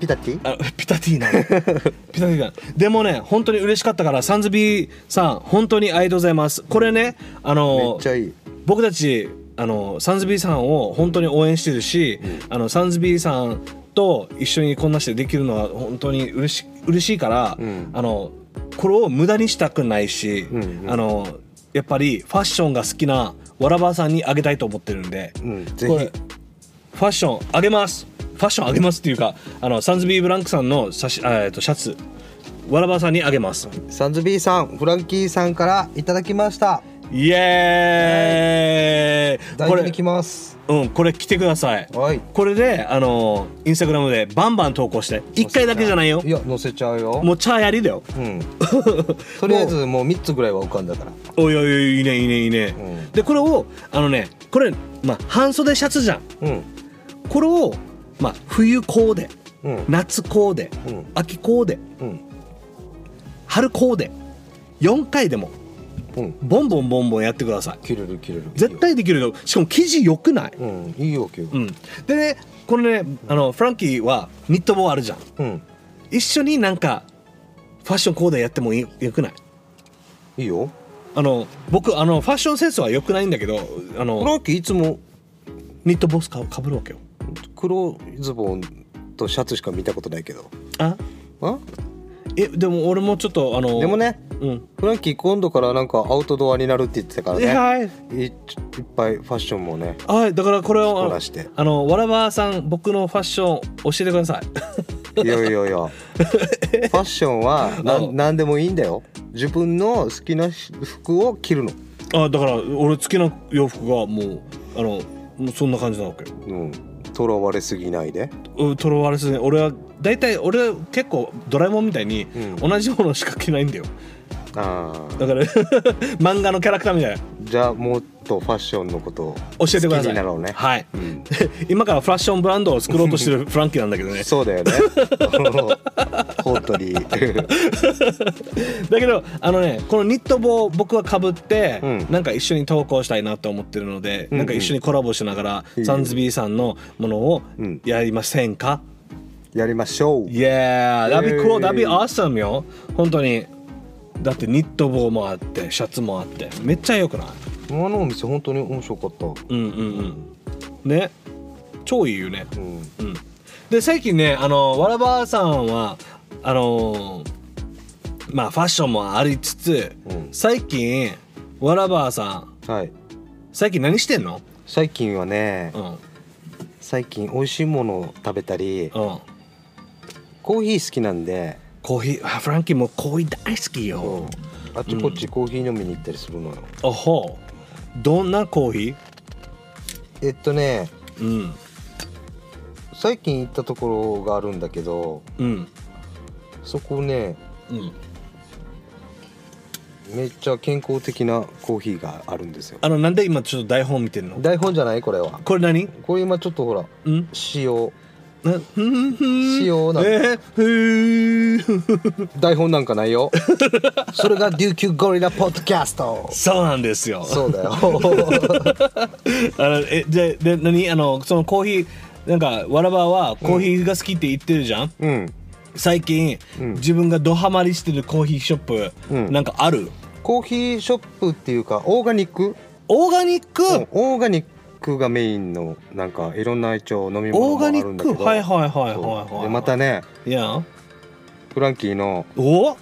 Speaker 2: ピタティ
Speaker 3: あピタティーなのピタティーなのでもね本当に嬉しかったからサンズビーさん本当にありがとうございますこれねあ
Speaker 2: めっ
Speaker 3: の
Speaker 2: ちゃいい
Speaker 3: 僕たちあのサンズビーさんを本当に応援してるし、あのサンズビーさんと一緒にこんなしてできるのは本当に嬉し嬉しいから、
Speaker 2: うん
Speaker 3: あのこれを無駄にしたくないし、
Speaker 2: うんうん
Speaker 3: あのやっぱりファッションが好きなわらばさんにあげたいと思ってるんで、
Speaker 2: うんぜ
Speaker 3: これ
Speaker 2: ひ
Speaker 3: ファッションあげますファッションあげますっていうかあのサンズビーブランクさんのさしあえっとシャツわらばさんにあげます
Speaker 2: サンズビーさんフランキーさんからいただきました
Speaker 3: イエーイ
Speaker 2: 大
Speaker 3: こ
Speaker 2: 事に
Speaker 3: れ
Speaker 2: 着ます
Speaker 3: うんこれ着てください
Speaker 2: はい
Speaker 3: これであのインスタグラムでバンバン投稿して1回だけじゃないよ
Speaker 2: いや載せちゃうよ
Speaker 3: もうチャーやりだよ
Speaker 2: うんとりあえずもう3つぐらいは浮かんだから
Speaker 3: おいおいおいいいねいいねいいね、
Speaker 2: うん
Speaker 3: でこれをあのねこれまあ半袖シャツじゃん
Speaker 2: うん
Speaker 3: これをまあ冬コーデ、
Speaker 2: うん
Speaker 3: 夏コーデ、
Speaker 2: うん
Speaker 3: 秋コーデ
Speaker 2: うん
Speaker 3: 春コーデ4回でも
Speaker 2: うん
Speaker 3: ボンボンボンボンやってください
Speaker 2: 切れる切れる
Speaker 3: 絶対できるよしかも生地良くない、
Speaker 2: うんいいよ今
Speaker 3: うん、でねこのねあのフランキーはニット帽あるじゃん
Speaker 2: うん
Speaker 3: 一緒になんかファッションコーデやってもいいよくない
Speaker 2: いいよ
Speaker 3: あの僕あのファッションセンスは良くないんだけどあ
Speaker 2: フ
Speaker 3: の
Speaker 2: ランキーいつも
Speaker 3: ニット帽かかぶるわけよ
Speaker 2: 黒ズボンとシャツしか見たことないけど
Speaker 3: あ
Speaker 2: あ
Speaker 3: えでも俺もちょっとあの
Speaker 2: でもね
Speaker 3: うん
Speaker 2: フランキー今度からなんかアウトドアになるって言ってたから
Speaker 3: え
Speaker 2: ね
Speaker 3: は
Speaker 2: い
Speaker 3: い
Speaker 2: いっぱいファッションもね
Speaker 3: はいだからこれをあ
Speaker 2: こ
Speaker 3: の
Speaker 2: らして
Speaker 3: あのわらばさん僕のファッション教えてください
Speaker 2: いやいやいやフ ァッションはな
Speaker 3: うん
Speaker 2: 何でもいいんだよ自分の好きな服を着るの
Speaker 3: あだから俺好きな洋服がもうあのもうそんな感じなわけよ
Speaker 2: うんとらわれすぎないで
Speaker 3: うんとらわれすぎない俺は大体俺は結構ドラえもんみたいに
Speaker 2: うん
Speaker 3: 同じものしか着ないんだよ
Speaker 2: ああ
Speaker 3: だから 漫画のキャラクターみたいな
Speaker 2: じゃあもっとファッションのことを
Speaker 3: 教えてください
Speaker 2: 好きになろうね
Speaker 3: はい、
Speaker 2: ん
Speaker 3: 今からファッションブランドを作ろう としてるフランキーなんだけどね
Speaker 2: そうだよね 本当に
Speaker 3: だけどあのねこのニット帽を僕はかぶって、
Speaker 2: うん
Speaker 3: なんか一緒に投稿したいなと思ってるので、
Speaker 2: ん
Speaker 3: なんか一緒にコラボしながら、
Speaker 2: いいよ
Speaker 3: サンズビーさんのものを
Speaker 2: うん
Speaker 3: やりませんか、
Speaker 2: やりましょう
Speaker 3: Yeah! That'd be
Speaker 2: イエー
Speaker 3: cool!
Speaker 2: イ
Speaker 3: That'd be awesome よ本当にだってニット帽もあってシャツもあってめっちゃよくない
Speaker 2: 今のお店本当に面白かった
Speaker 3: うんうんうんね超いいよね
Speaker 2: うん
Speaker 3: うんで最近ねあのわらばさんはあのまあファッションもありつつ、
Speaker 2: うん
Speaker 3: 最近わらばさん
Speaker 2: はい
Speaker 3: 最近何してんの
Speaker 2: 最近はね
Speaker 3: うんうん
Speaker 2: 最近美味しいものを食べたりコーヒー好きなんで
Speaker 3: コーヒーあフランキーもコーヒー大好きよ
Speaker 2: うんあっちこっちコーヒー飲みに行ったりするのよ
Speaker 3: おほどんなコーヒ
Speaker 2: えっとね
Speaker 3: ーうん
Speaker 2: 最近行ったところがあるんだけど
Speaker 3: うん
Speaker 2: そこね
Speaker 3: うん
Speaker 2: めっちゃ健康的なコーヒーがあるんですよ
Speaker 3: あのなんで今ちょっと台本見てるの
Speaker 2: 台本じゃないこれは
Speaker 3: これ何
Speaker 2: これ今ちょっとほら
Speaker 3: うん
Speaker 2: 塩
Speaker 3: なふんふん
Speaker 2: 塩なの
Speaker 3: えーふー
Speaker 2: 台本なんかないよそれが琉球ゴリラポッドキャスト
Speaker 3: そうなんですよ
Speaker 2: そう だよ
Speaker 3: あのえでで何あのそのコーヒーなんかわらばはコーヒーが好きって言ってるじゃん、
Speaker 2: うん
Speaker 3: 最近、
Speaker 2: うん
Speaker 3: 自分がドハマりしてるコーヒーショップ、
Speaker 2: うん
Speaker 3: なんかある
Speaker 2: コーヒーショップっていうかオーガニック、
Speaker 3: オーガニック、
Speaker 2: うんオーガニックがメインのなんかいろんな一応飲み物も
Speaker 3: オー
Speaker 2: あ
Speaker 3: ガニ
Speaker 2: るん
Speaker 3: ッ
Speaker 2: だけど
Speaker 3: クはいはいはいはい
Speaker 2: そう
Speaker 3: はいはい
Speaker 2: でまたね
Speaker 3: いや
Speaker 2: フランキーの
Speaker 3: お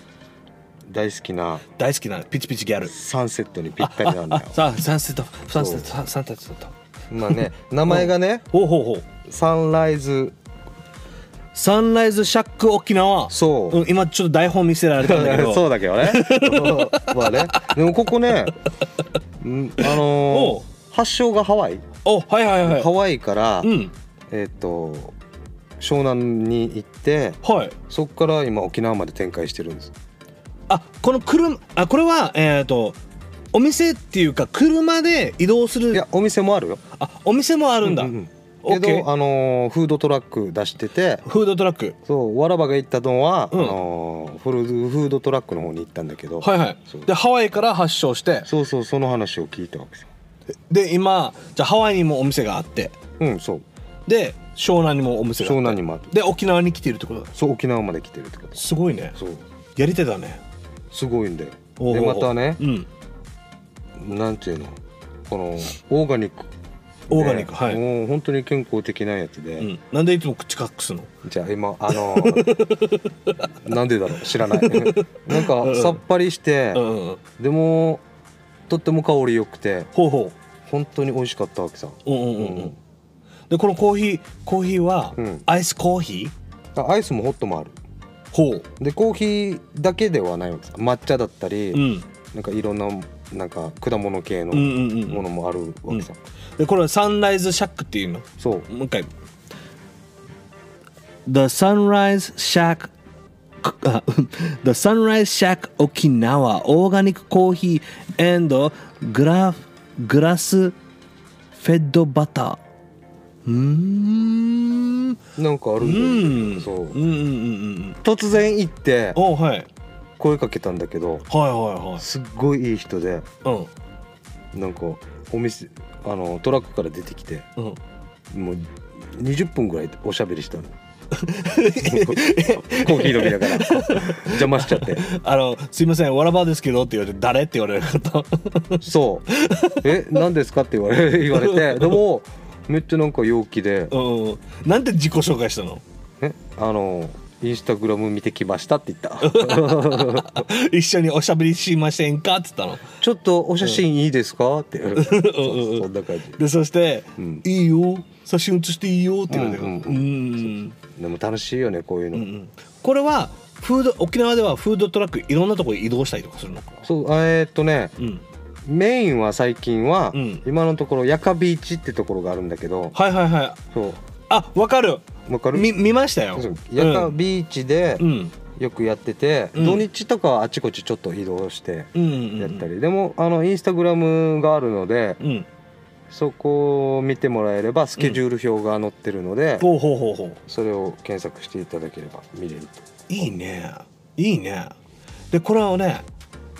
Speaker 2: 大好きな
Speaker 3: 大好きなピチピチギャル
Speaker 2: サンセットにぴったりなんだ
Speaker 3: あ
Speaker 2: よ
Speaker 3: さあサンセットサンセットサンサンセット
Speaker 2: まあね名前がね
Speaker 3: ほうほうほう
Speaker 2: サンライズ
Speaker 3: サンライズシャック沖縄
Speaker 2: そう、
Speaker 3: ん、今ちょっと台本見せられたんだけ ど
Speaker 2: そうだけど ねまあねでもここねうんあの
Speaker 3: おう
Speaker 2: ー発祥がハワイ
Speaker 3: おはいはいはい
Speaker 2: ハワイから、
Speaker 3: うん
Speaker 2: えっ、と湘南に行って
Speaker 3: はい
Speaker 2: そこから今沖縄まで展開してるんです
Speaker 3: あこの車あこれはえっ、とお店っていうか車で移動す
Speaker 2: い
Speaker 3: る
Speaker 2: やお店もあるよ
Speaker 3: あお店もあるんだ、
Speaker 2: ううん
Speaker 3: オッケ
Speaker 2: け
Speaker 3: ー
Speaker 2: ど、あのーフードトラック出してて
Speaker 3: フードトラック
Speaker 2: そうわらばが行ったのは、
Speaker 3: うん
Speaker 2: あのーフルフードトラックの方に行ったんだけど、
Speaker 3: はいはい
Speaker 2: そう
Speaker 3: でハワイから発祥して
Speaker 2: そうそうその話を聞いたわけですよ
Speaker 3: で今じゃあハワイにもお店があって
Speaker 2: うんそう
Speaker 3: で湘南にもお店があ
Speaker 2: 湘
Speaker 3: って
Speaker 2: 南にもある
Speaker 3: で沖縄に来てるってことだ
Speaker 2: そう沖縄まで来てるってこと
Speaker 3: すごいね
Speaker 2: そう
Speaker 3: やり手だね
Speaker 2: すごいんだよ
Speaker 3: おう
Speaker 2: で
Speaker 3: おうお
Speaker 2: ま
Speaker 3: う
Speaker 2: たね
Speaker 3: うん
Speaker 2: なんていうのこのオーガニック
Speaker 3: オーガニックはい
Speaker 2: もう本当に健康的なやつで、
Speaker 3: うんなんでいつも口隠すの
Speaker 2: じゃあ今あの ーなんでだろう知らないなんかさっぱりして
Speaker 3: う、んうんうん
Speaker 2: でもとっても香り良くて
Speaker 3: ほうほ
Speaker 2: 本当に美味しかったわけさ
Speaker 3: ううんうんうんうんでこのコーヒーコーヒーは
Speaker 2: うん
Speaker 3: アイスコーヒー
Speaker 2: あアイスもホットもある
Speaker 3: ほう
Speaker 2: でコーヒーだけではないわけさ抹茶だったり、
Speaker 3: うん
Speaker 2: なんかいろんななんか果物系の
Speaker 3: うん
Speaker 2: も
Speaker 3: うんう
Speaker 2: の
Speaker 3: ん
Speaker 2: もあるわけさ、
Speaker 3: でこれはサンライズシャックっていうの
Speaker 2: そう
Speaker 3: もう一回 The Sunrise Shack あ The Sunrise Shack Okinawa Organic Coffee and Gra- Grass Fed Butter うーん
Speaker 2: なんかある
Speaker 3: うん
Speaker 2: だよ
Speaker 3: ん
Speaker 2: そう
Speaker 3: うんうんうんうん
Speaker 2: 突然行って
Speaker 3: おはいはい
Speaker 2: 声かけたんだけど
Speaker 3: は
Speaker 2: すっごいいい人で
Speaker 3: いはい
Speaker 2: なんかお店あのトラックから出てきて
Speaker 3: うんうん
Speaker 2: もう20分ぐらいおしゃべり したのコーヒー飲みながら邪魔しちゃって
Speaker 3: あのすいませんわらばですけどって言われて誰って言われること
Speaker 2: そう「え何ですか?」って言われ 言われてでもめっちゃなんか陽気で
Speaker 3: うんうんなんで自己紹介したの
Speaker 2: 「えあのインスタグラム見てきました」って言った
Speaker 3: 一緒におしゃべりしませんかっつったの
Speaker 2: 「ちょっとお写真いいですか?」ってそう
Speaker 3: うんうん
Speaker 2: そんな感じ
Speaker 3: でそして、
Speaker 2: うん
Speaker 3: いいよ写真写していいよ」って言われてう
Speaker 2: うんう
Speaker 3: ん
Speaker 2: んうんでも楽しいよねこういうの、
Speaker 3: うんうんこれはフード沖縄ではフードトラックいろんなところ移動したりとかするのか
Speaker 2: そうあえーっとね
Speaker 3: うん
Speaker 2: メインは最近は、
Speaker 3: うん
Speaker 2: 今のところヤカビーチってところがあるんだけど
Speaker 3: はいはいはい
Speaker 2: そう
Speaker 3: あわかる
Speaker 2: わかる
Speaker 3: み見ましたよ
Speaker 2: やっぱ
Speaker 3: うん
Speaker 2: ビーチで
Speaker 3: うん
Speaker 2: よくやってて、
Speaker 3: うん
Speaker 2: 土日とかはあちこちちょっと移動して
Speaker 3: うんうん
Speaker 2: やったり、でもあのインスタグラムがあるので
Speaker 3: うん
Speaker 2: そこを見てもらえればスケジュール表が載ってるので、
Speaker 3: ほうほうほうほう
Speaker 2: それを検索していただければ見れると
Speaker 3: いいねいいねでこれをね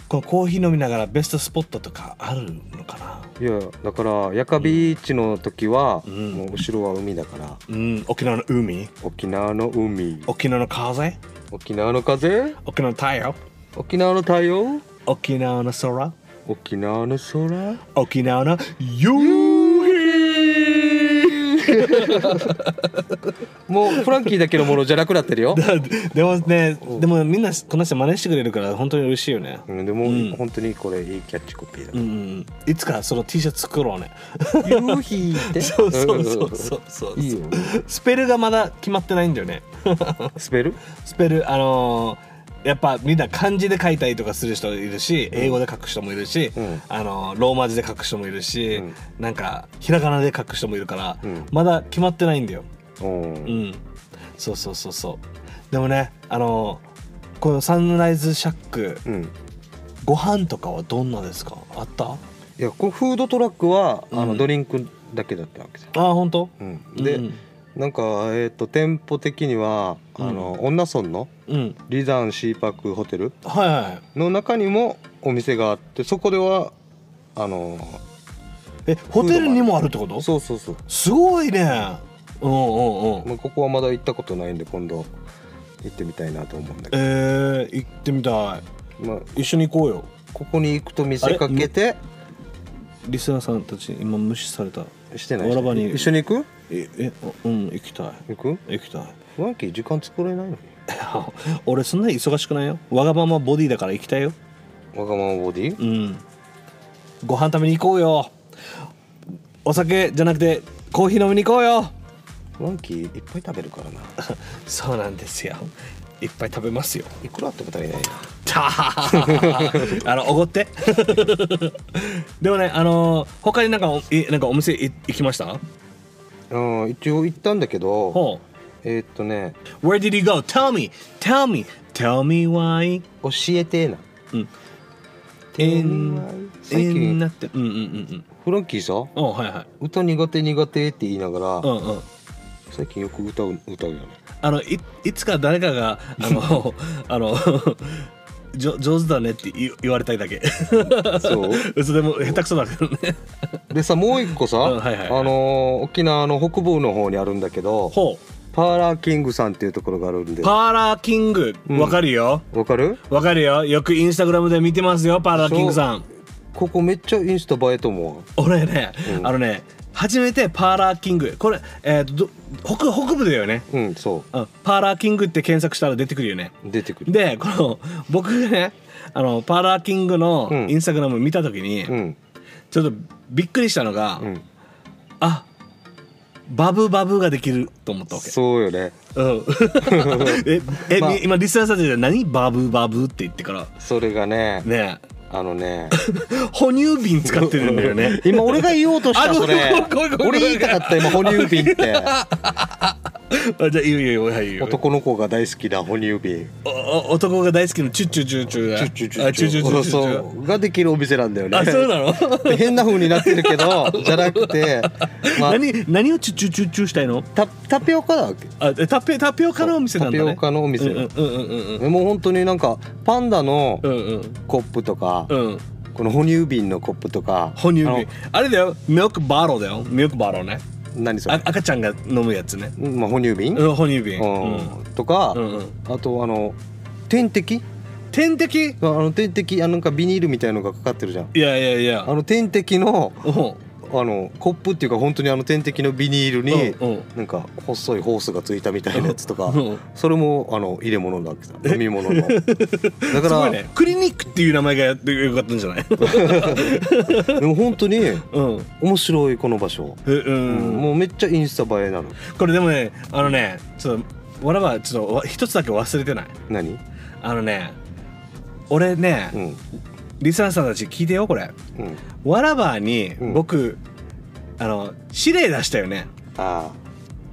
Speaker 3: このコーヒー飲みながらベストスポットとかあるのかない
Speaker 2: やだからヤカビーチの時は、
Speaker 3: うん
Speaker 2: もう後ろは海だから
Speaker 3: うん沖縄の海
Speaker 2: 沖縄の海
Speaker 3: 沖縄の風
Speaker 2: 沖縄の風
Speaker 3: 沖縄の太陽
Speaker 2: 沖縄の太陽
Speaker 3: 沖縄の空
Speaker 2: 沖縄の空
Speaker 3: 沖縄の夕日
Speaker 2: もうフランキーだけのものじゃなくなってるよ
Speaker 3: でもねでもみんなこの人真似してくれるから本当に嬉しいよね
Speaker 2: うんでも、
Speaker 3: うん
Speaker 2: 本当にこれいいキャッチコピーだ
Speaker 3: うん、うん、いつかその T シャツ作ろうね
Speaker 2: 夕日って
Speaker 3: そうそうそうそうそう
Speaker 2: いいよ
Speaker 3: スペルがまだ決まってないんだよね
Speaker 2: スペル
Speaker 3: スペルあのーやっぱみんな漢字で書いたりとかする人いるし英語で書く人もいるし、
Speaker 2: うん
Speaker 3: あのーローマ字で書く人もいるし、
Speaker 2: うん
Speaker 3: なんかひらがなで書く人もいるから、
Speaker 2: うん
Speaker 3: まだ決まってないんだよ。
Speaker 2: うん、
Speaker 3: うん、そうそうそうそうでもねあのーこのサンライズシャック
Speaker 2: うん
Speaker 3: ご飯とかはどんなですかあったあ
Speaker 2: いやこうフードトラックは、あ
Speaker 3: う
Speaker 2: の
Speaker 3: ん
Speaker 2: ドリンクだけだったわけじゃ
Speaker 3: 本当
Speaker 2: ん、うん、で、
Speaker 3: うん
Speaker 2: なんかえっ、と店舗的にはあの、女村の
Speaker 3: うん
Speaker 2: リザンシーパックホテル
Speaker 3: はいはいはい
Speaker 2: の中にもお店があってそこではあの
Speaker 3: えホテルにもあるってこと
Speaker 2: そうそうそう、
Speaker 3: すごいねうんうんうん
Speaker 2: まあ、ここはまだ行ったことないんで今度行ってみたいなと思うんだけ
Speaker 3: えー、行ってみたい
Speaker 2: ど、まあ、
Speaker 3: 一緒に行こうよ
Speaker 2: ここに行くと見せかけて
Speaker 3: リスナーさんたち今無視された
Speaker 2: してない
Speaker 3: わらばに
Speaker 2: 一緒に行く
Speaker 3: ええうん行きたい
Speaker 2: 行く
Speaker 3: 行きたい
Speaker 2: ワンキー時間作れないの
Speaker 3: 俺そんなに忙しくないよわがままボディだから行きたいよ
Speaker 2: わがままボディ
Speaker 3: うんご飯食べに行こうよお酒じゃなくてコーヒー飲みに行こうよ
Speaker 2: ワンキーいっぱい食べるからな
Speaker 3: そうなんですよいっぱい食べま すよ
Speaker 2: いくらあっても足りないな
Speaker 3: あのおごって でもねあのー他になんかおいなんかお店い行きました
Speaker 2: うん一応行ったんだけど
Speaker 3: ほう
Speaker 2: えーっとね
Speaker 3: Where did you go? Tell me, tell me, tell me why.
Speaker 2: 教えてーな
Speaker 3: うん
Speaker 2: Tell me why 最近
Speaker 3: なって、うんうんうん
Speaker 2: フランキーさ
Speaker 3: うん。おはいはい。
Speaker 2: 歌苦手苦手って言いなが
Speaker 3: う
Speaker 2: ら
Speaker 3: んうん。
Speaker 2: 最近よく歌う歌うよね
Speaker 3: あのいいつか誰かがあの あのじょ上手だねって言言われたいだけ。
Speaker 2: そう
Speaker 3: 嘘でも下手くそだけどね。
Speaker 2: でさもう一個さ、
Speaker 3: うんはいはいはい
Speaker 2: あのー沖縄の北部の方にあるんだけど
Speaker 3: ほ
Speaker 2: パーラーキングさんっていうところがあるんで
Speaker 3: う。パーラーキング
Speaker 2: うん
Speaker 3: わかるよ。
Speaker 2: わかる
Speaker 3: わかるよ。よくインスタグラムで見てますよパーラーキングさん。
Speaker 2: ここめっちゃインスタ映えと思
Speaker 3: 俺ね、
Speaker 2: うん
Speaker 3: あのね初めてパーラーキングこれえーとど北北部だよね。
Speaker 2: ううんそ
Speaker 3: うんパーラーキングって検索したら出てくるよね。
Speaker 2: う出てくる
Speaker 3: で、この僕がね、あのパーラーキングの
Speaker 2: うん
Speaker 3: インスタグラム見たときに、
Speaker 2: うん
Speaker 3: ちょっとびっくりしたのが、
Speaker 2: うん
Speaker 3: あバブバブができると思ったわけ。
Speaker 2: そうよね
Speaker 3: うん、ええ、
Speaker 2: まあ
Speaker 3: み今リスナーさんたちで何バブバブって言ってから
Speaker 2: それがね
Speaker 3: ね
Speaker 2: あの ね
Speaker 3: 哺乳瓶使ってるんだよね
Speaker 2: 今俺が言おうとし
Speaker 3: あ
Speaker 2: たそれ
Speaker 3: ごめんごめんごめんごめん
Speaker 2: 俺言いたかった今哺乳瓶って
Speaker 3: あじゃあいいよいいよはいいいよ
Speaker 2: 男の子が大好きな哺乳瓶
Speaker 3: おお男が大好きなチュッチュチュチュが
Speaker 2: チュチュチ
Speaker 3: あ
Speaker 2: ュ
Speaker 3: チ
Speaker 2: チ
Speaker 3: ュチュチュ
Speaker 2: ュ
Speaker 3: チュチュ
Speaker 2: そうができるお店なんだよね
Speaker 3: あそうなの
Speaker 2: で変な風になってるけどじゃなくて、まあ、
Speaker 3: 何何をチュッチュチュチュしたいの
Speaker 2: タタピオカだわけ
Speaker 3: あえタピタピオカのお店なんだね
Speaker 2: タピオカのお店
Speaker 3: うんうんうんうん
Speaker 2: でもう本当になんかパンダの
Speaker 3: うんうん
Speaker 2: コップとか、
Speaker 3: うんうん
Speaker 2: この哺乳瓶のコップとか
Speaker 3: 哺
Speaker 2: あ
Speaker 3: 乳瓶
Speaker 2: の
Speaker 3: あれだよミルクバローだよミルクバローね
Speaker 2: 何そ
Speaker 3: あ
Speaker 2: れ、
Speaker 3: 赤ちゃんが飲むやつね
Speaker 2: うんまあ、哺乳瓶、
Speaker 3: うん哺乳瓶
Speaker 2: うんとか、
Speaker 3: うんうん
Speaker 2: あとあの点滴
Speaker 3: 点滴
Speaker 2: あの点滴あのなんかビニールみたいのがかかってるじゃん
Speaker 3: いやいやいや
Speaker 2: あの点滴の
Speaker 3: うん
Speaker 2: あのコップっていうか本当にあの点滴のビニールに、
Speaker 3: うんうん
Speaker 2: なんか細いホースがついたみたいなやつとか、
Speaker 3: うん
Speaker 2: それもあの入れ物だわけさ飲み物 のだ
Speaker 3: す
Speaker 2: か
Speaker 3: ご
Speaker 2: ら、
Speaker 3: いねクリニックっていう名前がやってよかったんじゃない
Speaker 2: でも本当に
Speaker 3: うん
Speaker 2: 面白いこの場所、
Speaker 3: えう
Speaker 2: うん
Speaker 3: ん
Speaker 2: もうめっちゃインスタ映えなの
Speaker 3: これでもねあのねちょっとわらばちょっとわ一つだけ忘れてない
Speaker 2: 何
Speaker 3: あのね俺ね
Speaker 2: うん
Speaker 3: リスナーさんたち聞いてよこれ
Speaker 2: うん
Speaker 3: わらばに
Speaker 2: うん
Speaker 3: 僕、あの指令出したよね
Speaker 2: ああ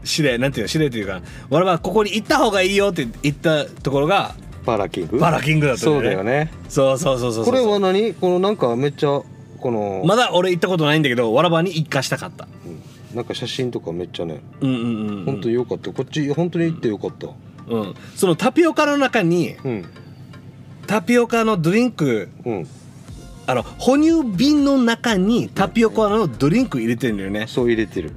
Speaker 3: 指令なんていうの指令というか俺はここに行った方がいいよって言ったところが
Speaker 2: バラキング
Speaker 3: バラキングだったんだ
Speaker 2: そ
Speaker 3: よ
Speaker 2: う
Speaker 3: ね
Speaker 2: だよね
Speaker 3: そうそうそうそうそう
Speaker 2: これは何このなんかめっちゃこの、
Speaker 3: まだ俺行ったことないんだけどわらばに一家したかった
Speaker 2: うんなんか写真とかめっちゃね
Speaker 3: うんうんうんうん
Speaker 2: 本当によかった、こっち本当に行ってよかった
Speaker 3: うん、そのタピオカの中に
Speaker 2: うん
Speaker 3: タピオカのドリンク
Speaker 2: うん
Speaker 3: あの哺乳瓶の中にタピオカのドリンク入れてるんだよね
Speaker 2: そう入れてる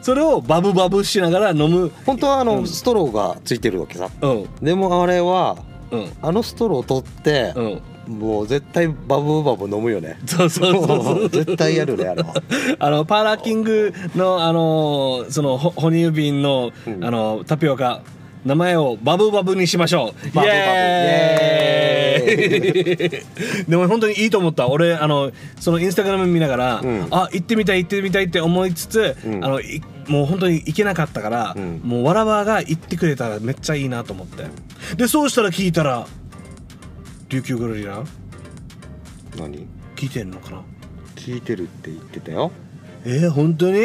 Speaker 3: それをバブバブしながら飲む
Speaker 2: 本当はあの、
Speaker 3: うん
Speaker 2: ストローがついてるわけさ
Speaker 3: うん
Speaker 2: でもあれは
Speaker 3: うん
Speaker 2: あのストロー取って
Speaker 3: う、ん
Speaker 2: もう絶対バブバブ飲むよね
Speaker 3: そうそうそうそう
Speaker 2: 絶対やるねあれは
Speaker 3: あのパーラーキングのあのーそのほ哺乳瓶の、
Speaker 2: うん
Speaker 3: あのタピオカ名前をバブバブにしましょ
Speaker 2: バ
Speaker 3: う
Speaker 2: ブバブ
Speaker 3: イエーイ
Speaker 2: イエ
Speaker 3: でも本当にいいと思った俺あのそのインスタグラム見ながら、
Speaker 2: うん
Speaker 3: あ行ってみたい行ってみたいって思いつつ、
Speaker 2: うん
Speaker 3: あのいもう本当に行けなかったから、
Speaker 2: うん
Speaker 3: もうわらわが行ってくれたらめっちゃいいなと思ってでそうしたら聞いたら琉球ゴリラ
Speaker 2: 何
Speaker 3: 聞いてんのかな
Speaker 2: 聞いてるって言ってたよ
Speaker 3: えー、本当に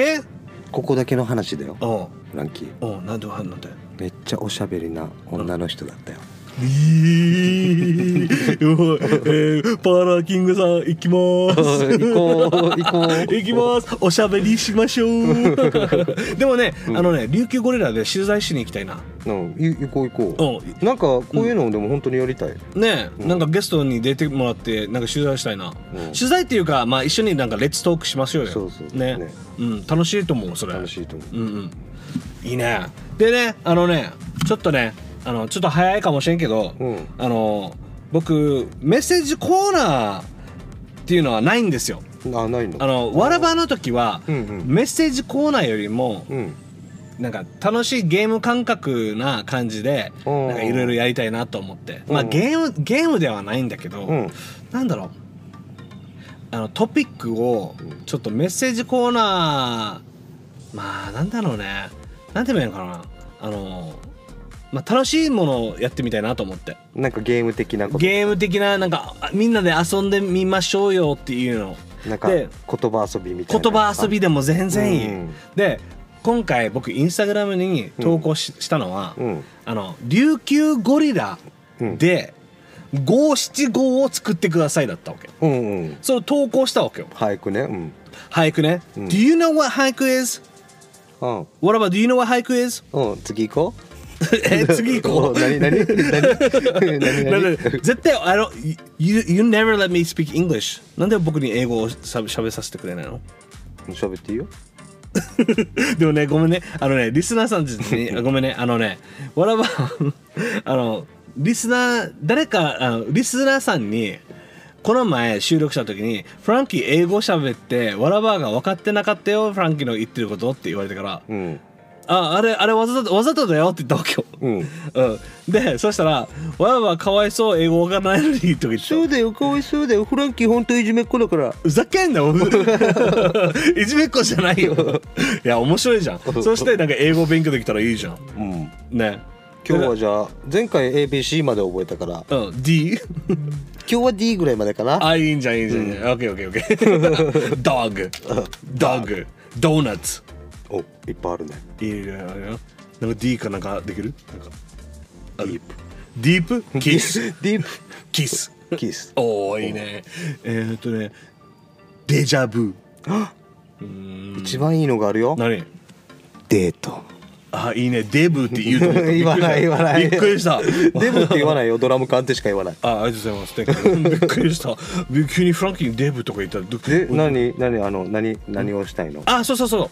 Speaker 2: ここだけの話だよ
Speaker 3: うん
Speaker 2: フランキー
Speaker 3: うんなんでわかんなんだよ
Speaker 2: めっちゃおしゃべりな女の人だったよ
Speaker 3: え ー、パーラーキングさん行きま す
Speaker 2: 行こう行こう
Speaker 3: 行きますおしゃべりしましょう でもね、あのね琉球ゴリラで取材しに行きたいな
Speaker 2: うんい行こう行こ
Speaker 3: う
Speaker 2: うなんかこういうのでも本当にやりたい、
Speaker 3: ねえ、
Speaker 2: うん
Speaker 3: なんかゲストに出てもらってなんか取材したいな、
Speaker 2: ん
Speaker 3: 取材っていうかまあ一緒になんかレッツトークしましょうよ
Speaker 2: そうそう
Speaker 3: ね
Speaker 2: ね
Speaker 3: うん、楽しいと思うそれ
Speaker 2: 楽しいと思
Speaker 3: うんうんいいねでねあのねちょっとねあのちょっと早いかもしれんけど、
Speaker 2: ううん
Speaker 3: あの僕メッセージコーナーっていうのはないんですよ
Speaker 2: あないの
Speaker 3: あのわらばの時は、
Speaker 2: うんうん
Speaker 3: メッセージコーナーよりも
Speaker 2: うん
Speaker 3: なんか楽しいゲーム感覚な感じで
Speaker 2: うん
Speaker 3: なんかいろいろやりたいなと思って
Speaker 2: うん
Speaker 3: まあゲームゲームではないんだけど、
Speaker 2: うん
Speaker 3: なんだろうあのトピックを
Speaker 2: うん
Speaker 3: ちょっとメッセージコーナーまあなんだろうねなんて言えばいいのかなあのまあ楽しいものをやってみたいなと思って
Speaker 2: なんかゲーム的なこと
Speaker 3: ゲーム的ななんかあみんなで遊んでみましょうよっていうの
Speaker 2: なんか
Speaker 3: で
Speaker 2: 言葉遊びみたいな
Speaker 3: 言葉遊びでも全然いい、
Speaker 2: うん
Speaker 3: で今回僕インスタグラムに投稿し,、たのは、
Speaker 2: うん
Speaker 3: あの琉球ゴリラ
Speaker 2: うん
Speaker 3: で五七五を作ってくださいだったわけ
Speaker 2: うんうん
Speaker 3: それを投稿したわけよ
Speaker 2: 俳句ねうん
Speaker 3: 俳句ね、
Speaker 2: うん
Speaker 3: Do you know what 俳句 is?
Speaker 2: うん
Speaker 3: What about do you know what 俳句 is?
Speaker 2: うん次行こう
Speaker 3: え次行こ
Speaker 2: お何何何何
Speaker 3: う
Speaker 2: 何
Speaker 3: なんで
Speaker 2: 何
Speaker 3: 絶対あの you, you never let me speak English なんで僕に英語をしゃべしゃべさせてくれないの
Speaker 2: 喋っていいよ
Speaker 3: でもね、ごめんね。あのね、リスナーさんたちに、あごめんね。あのね、わらば、 あの、リスナー、誰か、あのリスナーさんに、この前収録した時に、フランキー英語喋って、わらばが分かってなかったよ、フランキーの言ってることって言われてから、
Speaker 2: うん
Speaker 3: あ、あれ、あれわざと、わざとだよって言ったわけよ。
Speaker 2: うん
Speaker 3: うん。で、そしたら、わらばかわいそう、英語わからないのに、とか言ってた
Speaker 2: そうだよかわいそうだよフランキー本当いじめっ子だから
Speaker 3: ふ ざけんなよいじめっ子じゃないよ。いや、面白いじゃん。そして、なんか英語勉強できたらいいじゃん。
Speaker 2: うん
Speaker 3: ね。
Speaker 2: 今日はじゃあ前回 ABC まで覚えたから
Speaker 3: うん、D?
Speaker 2: 今日は D ぐらいまでかな
Speaker 3: あ、いいんじゃん、いいんじゃん。オッケーオッケーオッケー。Dog、Dog、Donuts。
Speaker 2: おいっぱいあるね
Speaker 3: いいよ、いいよ。なんか D かなんかできるなんか。ディープ。ディープ キス。
Speaker 2: ディー
Speaker 3: キス。
Speaker 2: プキス
Speaker 3: おー、いいね。えーっとね、デジャブ。
Speaker 2: 一番いいのがあるよ
Speaker 3: 何
Speaker 2: デート
Speaker 3: あ、いいね。デブって言うと思った
Speaker 2: 言わない言わない
Speaker 3: びっくりした。
Speaker 2: デブって言わないよドラム缶ってしか言わない
Speaker 3: あ、ありがとうございます。Thank you びっくりした。急にフランキーにデブとか言ったらど、
Speaker 2: で何何あの何何をしたいの
Speaker 3: あ、そうそうそう。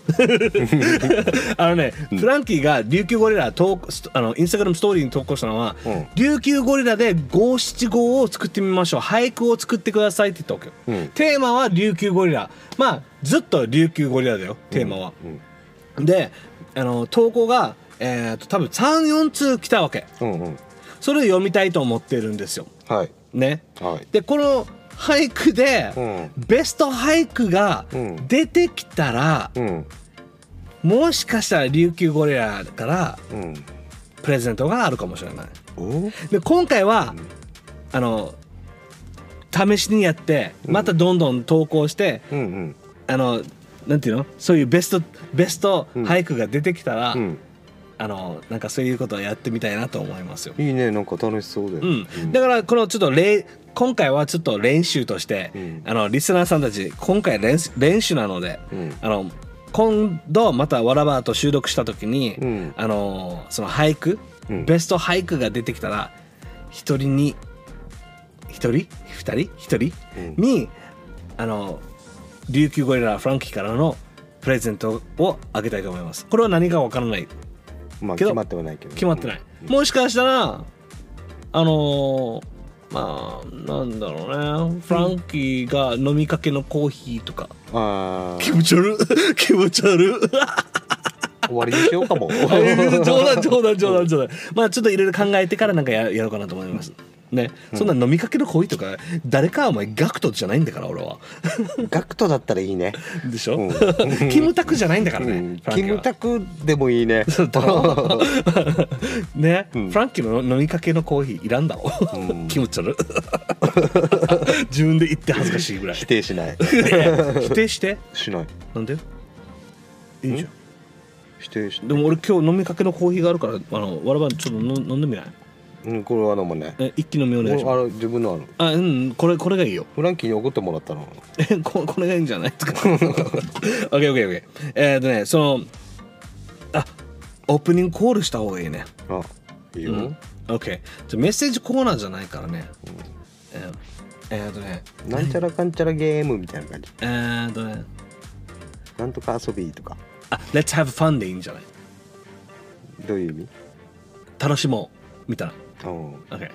Speaker 3: あのね、フランキーが琉球ゴリラ投稿ストあのインスタグラムストーリーに投稿したのは、
Speaker 2: うん
Speaker 3: 琉球ゴリラで五七五を作ってみましょう、俳句を作ってくださいって言ったわけよ、
Speaker 2: うん
Speaker 3: テーマは琉球ゴリラ。まあずっと琉球ゴリラだよ、テーマは。で、あの投稿がえー、と多分三四通来たわけ。
Speaker 2: うんうん
Speaker 3: それを読みたいと思ってるんですよ。
Speaker 2: はい
Speaker 3: ね。
Speaker 2: はい
Speaker 3: でこの俳句で、
Speaker 2: う
Speaker 3: ベスト俳句が
Speaker 2: うん
Speaker 3: 出てきたら。
Speaker 2: うん
Speaker 3: もしかしたら琉球ゴリラから
Speaker 2: うん
Speaker 3: プレゼントがあるかもしれない
Speaker 2: お
Speaker 3: で今回は、あの試しにやってまたどんどん投稿して、
Speaker 2: うんうん
Speaker 3: あのなんていうのそういうベストベスト俳句が出てきたら、
Speaker 2: うん
Speaker 3: あのなんかそういうことをやってみたいなと思いますよ。
Speaker 2: いいねなんか楽しそうで、
Speaker 3: うん、だからこのちょっとれ今回はちょっと練習として、
Speaker 2: うん
Speaker 3: あのリスナーさんたち今回練習練習なので、
Speaker 2: うん
Speaker 3: あの今度またわらばと収録した時に、
Speaker 2: うん
Speaker 3: あのその俳句、
Speaker 2: うん
Speaker 3: ベスト俳句が出てきたら一人に一人二人一人
Speaker 2: うん
Speaker 3: に、あの琉球ゴリラフランキーからのプレゼントをあげたいと思います。これは何かわからない
Speaker 2: まあ
Speaker 3: けど
Speaker 2: 決まってはないけど
Speaker 3: 決まってない、もしかしたらあのーまあなんだろうねフランキーが飲みかけのコーヒーとか、
Speaker 2: あ
Speaker 3: 気持ち悪 い気持ち悪い
Speaker 2: あ終わりにしようかも
Speaker 3: 冗談冗談冗談冗談まあちょっといろいろ考えてからなんかややろうかなと思いますね、そんな飲みかけのコーヒーとか誰かお前ガクトじゃないんだから俺は
Speaker 2: ガクトだったらいいね
Speaker 3: でしょ、
Speaker 2: うん
Speaker 3: キムタクじゃないんだからね、
Speaker 2: うん
Speaker 3: フランキ
Speaker 2: キ
Speaker 3: ーは
Speaker 2: ムタクでもいいね
Speaker 3: そうだろね、
Speaker 2: うん
Speaker 3: フランキーの飲みかけのコーヒーいらんだろ、
Speaker 2: うん
Speaker 3: 気持ち悪い自分で言って恥ずかしいぐらい
Speaker 2: 否定しない
Speaker 3: 否定して
Speaker 2: しない
Speaker 3: なんでいいじゃ
Speaker 2: 否定し
Speaker 3: ん
Speaker 2: な
Speaker 3: で
Speaker 2: い
Speaker 3: も俺今日飲みかけのコーヒーがあるからあのわらばちょっと飲飲んでみない
Speaker 2: うんこれは飲むね
Speaker 3: え一気飲みお願いし
Speaker 2: あ
Speaker 3: ます
Speaker 2: の自分のある
Speaker 3: あうんこれこれがいいよ
Speaker 2: フランキーに送ってもらったの
Speaker 3: えここれがいいんじゃないですか OKOKOK えーっとねそのあオープニングコールした方がいいね
Speaker 2: あいいよ、
Speaker 3: うん、OK じゃあメッセージコーナーじゃないからね、えーえーっとね
Speaker 2: なんちゃらかんちゃらゲームみたいな感じ
Speaker 3: えーっとね
Speaker 2: なんとか遊びとか
Speaker 3: あ Let's have fun でいいんじゃない
Speaker 2: どういう意味
Speaker 3: 楽しもうみたい
Speaker 2: うん
Speaker 3: な OK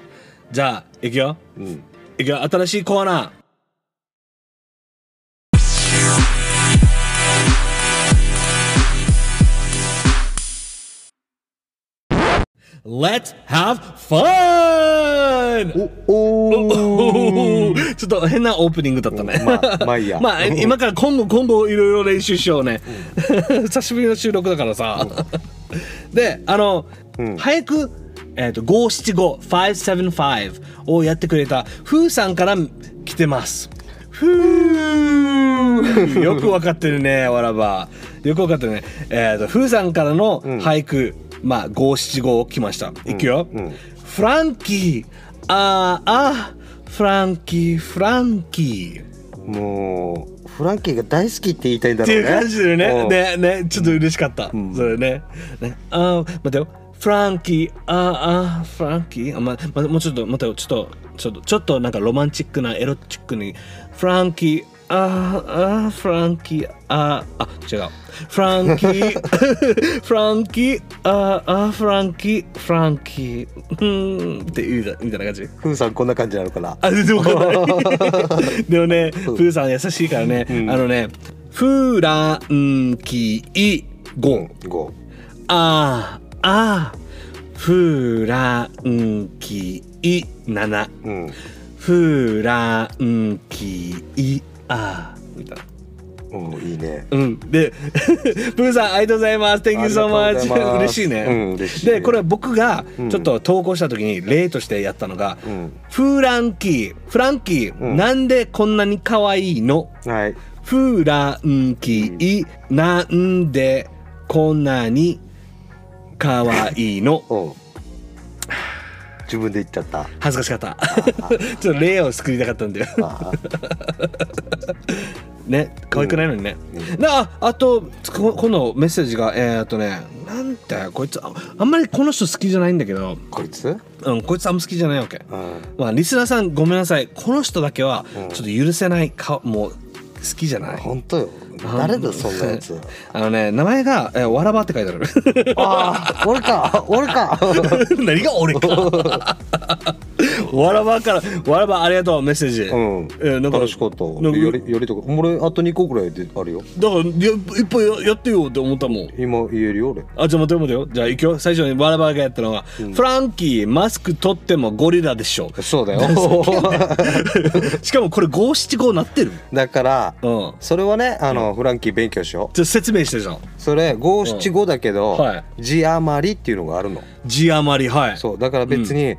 Speaker 3: じゃあいくよ
Speaker 2: うん
Speaker 3: いくよ新しいコーナーレッツ have fun!
Speaker 2: おおー
Speaker 3: ちょっと変なオープニングだったね。
Speaker 2: まあまあいいや
Speaker 3: まあ今から今後今後いろいろ練習しようね。久しぶりの収録だからさ。で、あの、
Speaker 2: うん
Speaker 3: 早く、えー、と575-575をやってくれたふーさんから来てます。ふーよくわかってるね、わらば。よくわかってるね。えー、と、ふーさんからの俳句、まあ575来ました。いくよ。
Speaker 2: うん
Speaker 3: フランキー、あーあー、フランキー、フランキー。
Speaker 2: もうフランキーが大好きって言いたいんだ
Speaker 3: って
Speaker 2: ろ
Speaker 3: いうう
Speaker 2: ね
Speaker 3: 感じで
Speaker 2: う
Speaker 3: ね
Speaker 2: ん
Speaker 3: ねねちょっと嬉しかった、
Speaker 2: ん
Speaker 3: それねねあー待ってよフランキーあーあーフランキーあ、まま、もうちょっと待ってよちょっとちょっとちょっとなんかロマンチックなエロチックにフランキーあーあーフランキーあーあ違うフランキ ーフランキーあーあーフランキーフランキーうーんって言うたみたいな感じ
Speaker 2: ふうさんこんな感じなのかな
Speaker 3: あ、全然わかんない。でもね、プーさん優しいからね、あのね、フランキーゴ
Speaker 2: 五
Speaker 3: あーあー、フランキー7、
Speaker 2: うん
Speaker 3: フランキーあーみたいな。
Speaker 2: うんいいね
Speaker 3: うん、で、 プーさん、ありがとうございます。Thank you
Speaker 2: ありがと
Speaker 3: so
Speaker 2: うござい
Speaker 3: much.
Speaker 2: ます
Speaker 3: 嬉しいね。
Speaker 2: うん嬉しい
Speaker 3: で、これ僕が
Speaker 2: ん
Speaker 3: ちょっと投稿した時に例としてやったのが、
Speaker 2: うん
Speaker 3: フランキー、フランキー、
Speaker 2: うん
Speaker 3: なんでこんなに可愛いの
Speaker 2: はい
Speaker 3: フランキー、なんでこんなに可愛いの
Speaker 2: おう自分で言っちゃった
Speaker 3: 恥ずかしかった。 ちょっと例を作りたかったんだよ。
Speaker 2: あー
Speaker 3: ね可愛くないのにね、なああとここのメッセージがえー、っとねなんてこいつああんまりこの人好きじゃないんだけど、
Speaker 2: こいつ
Speaker 3: うん、こいつあんま好きじゃないわけ、
Speaker 2: うん
Speaker 3: まあリスナーさんごめんなさいこの人だけは
Speaker 2: うん
Speaker 3: ちょっと許せないかもう好きじゃない、
Speaker 2: 本当よ誰だそんなやつ
Speaker 3: あのね名前が、えーわらばって書いて ある
Speaker 2: ああ俺か俺か
Speaker 3: 何が 俺かわらばからわらばありがとうメッセージ、
Speaker 2: うん
Speaker 3: えーなんか
Speaker 2: 楽しかった
Speaker 3: なんか
Speaker 2: よりよりとか俺あと2個ぐらいであるよ
Speaker 3: だからいやいっぱいややってよって思ったもん
Speaker 2: 今言えるよ俺
Speaker 3: あ、じゃあ待てよ待てよ。じゃあ行くよ。最初にバラバラがやったのが、フランキー、マスク取ってもゴリラでしょ。
Speaker 2: そうだよ
Speaker 3: しかもこれ五七五なってる。
Speaker 2: だから
Speaker 3: うん。
Speaker 2: それはねあのフランキー勉強しよ
Speaker 3: じゃあ説明してじゃん。
Speaker 2: うそれ五七五だけど
Speaker 3: はい
Speaker 2: 字余りっていうのがあるの
Speaker 3: 字余り、はい。
Speaker 2: そうだから別に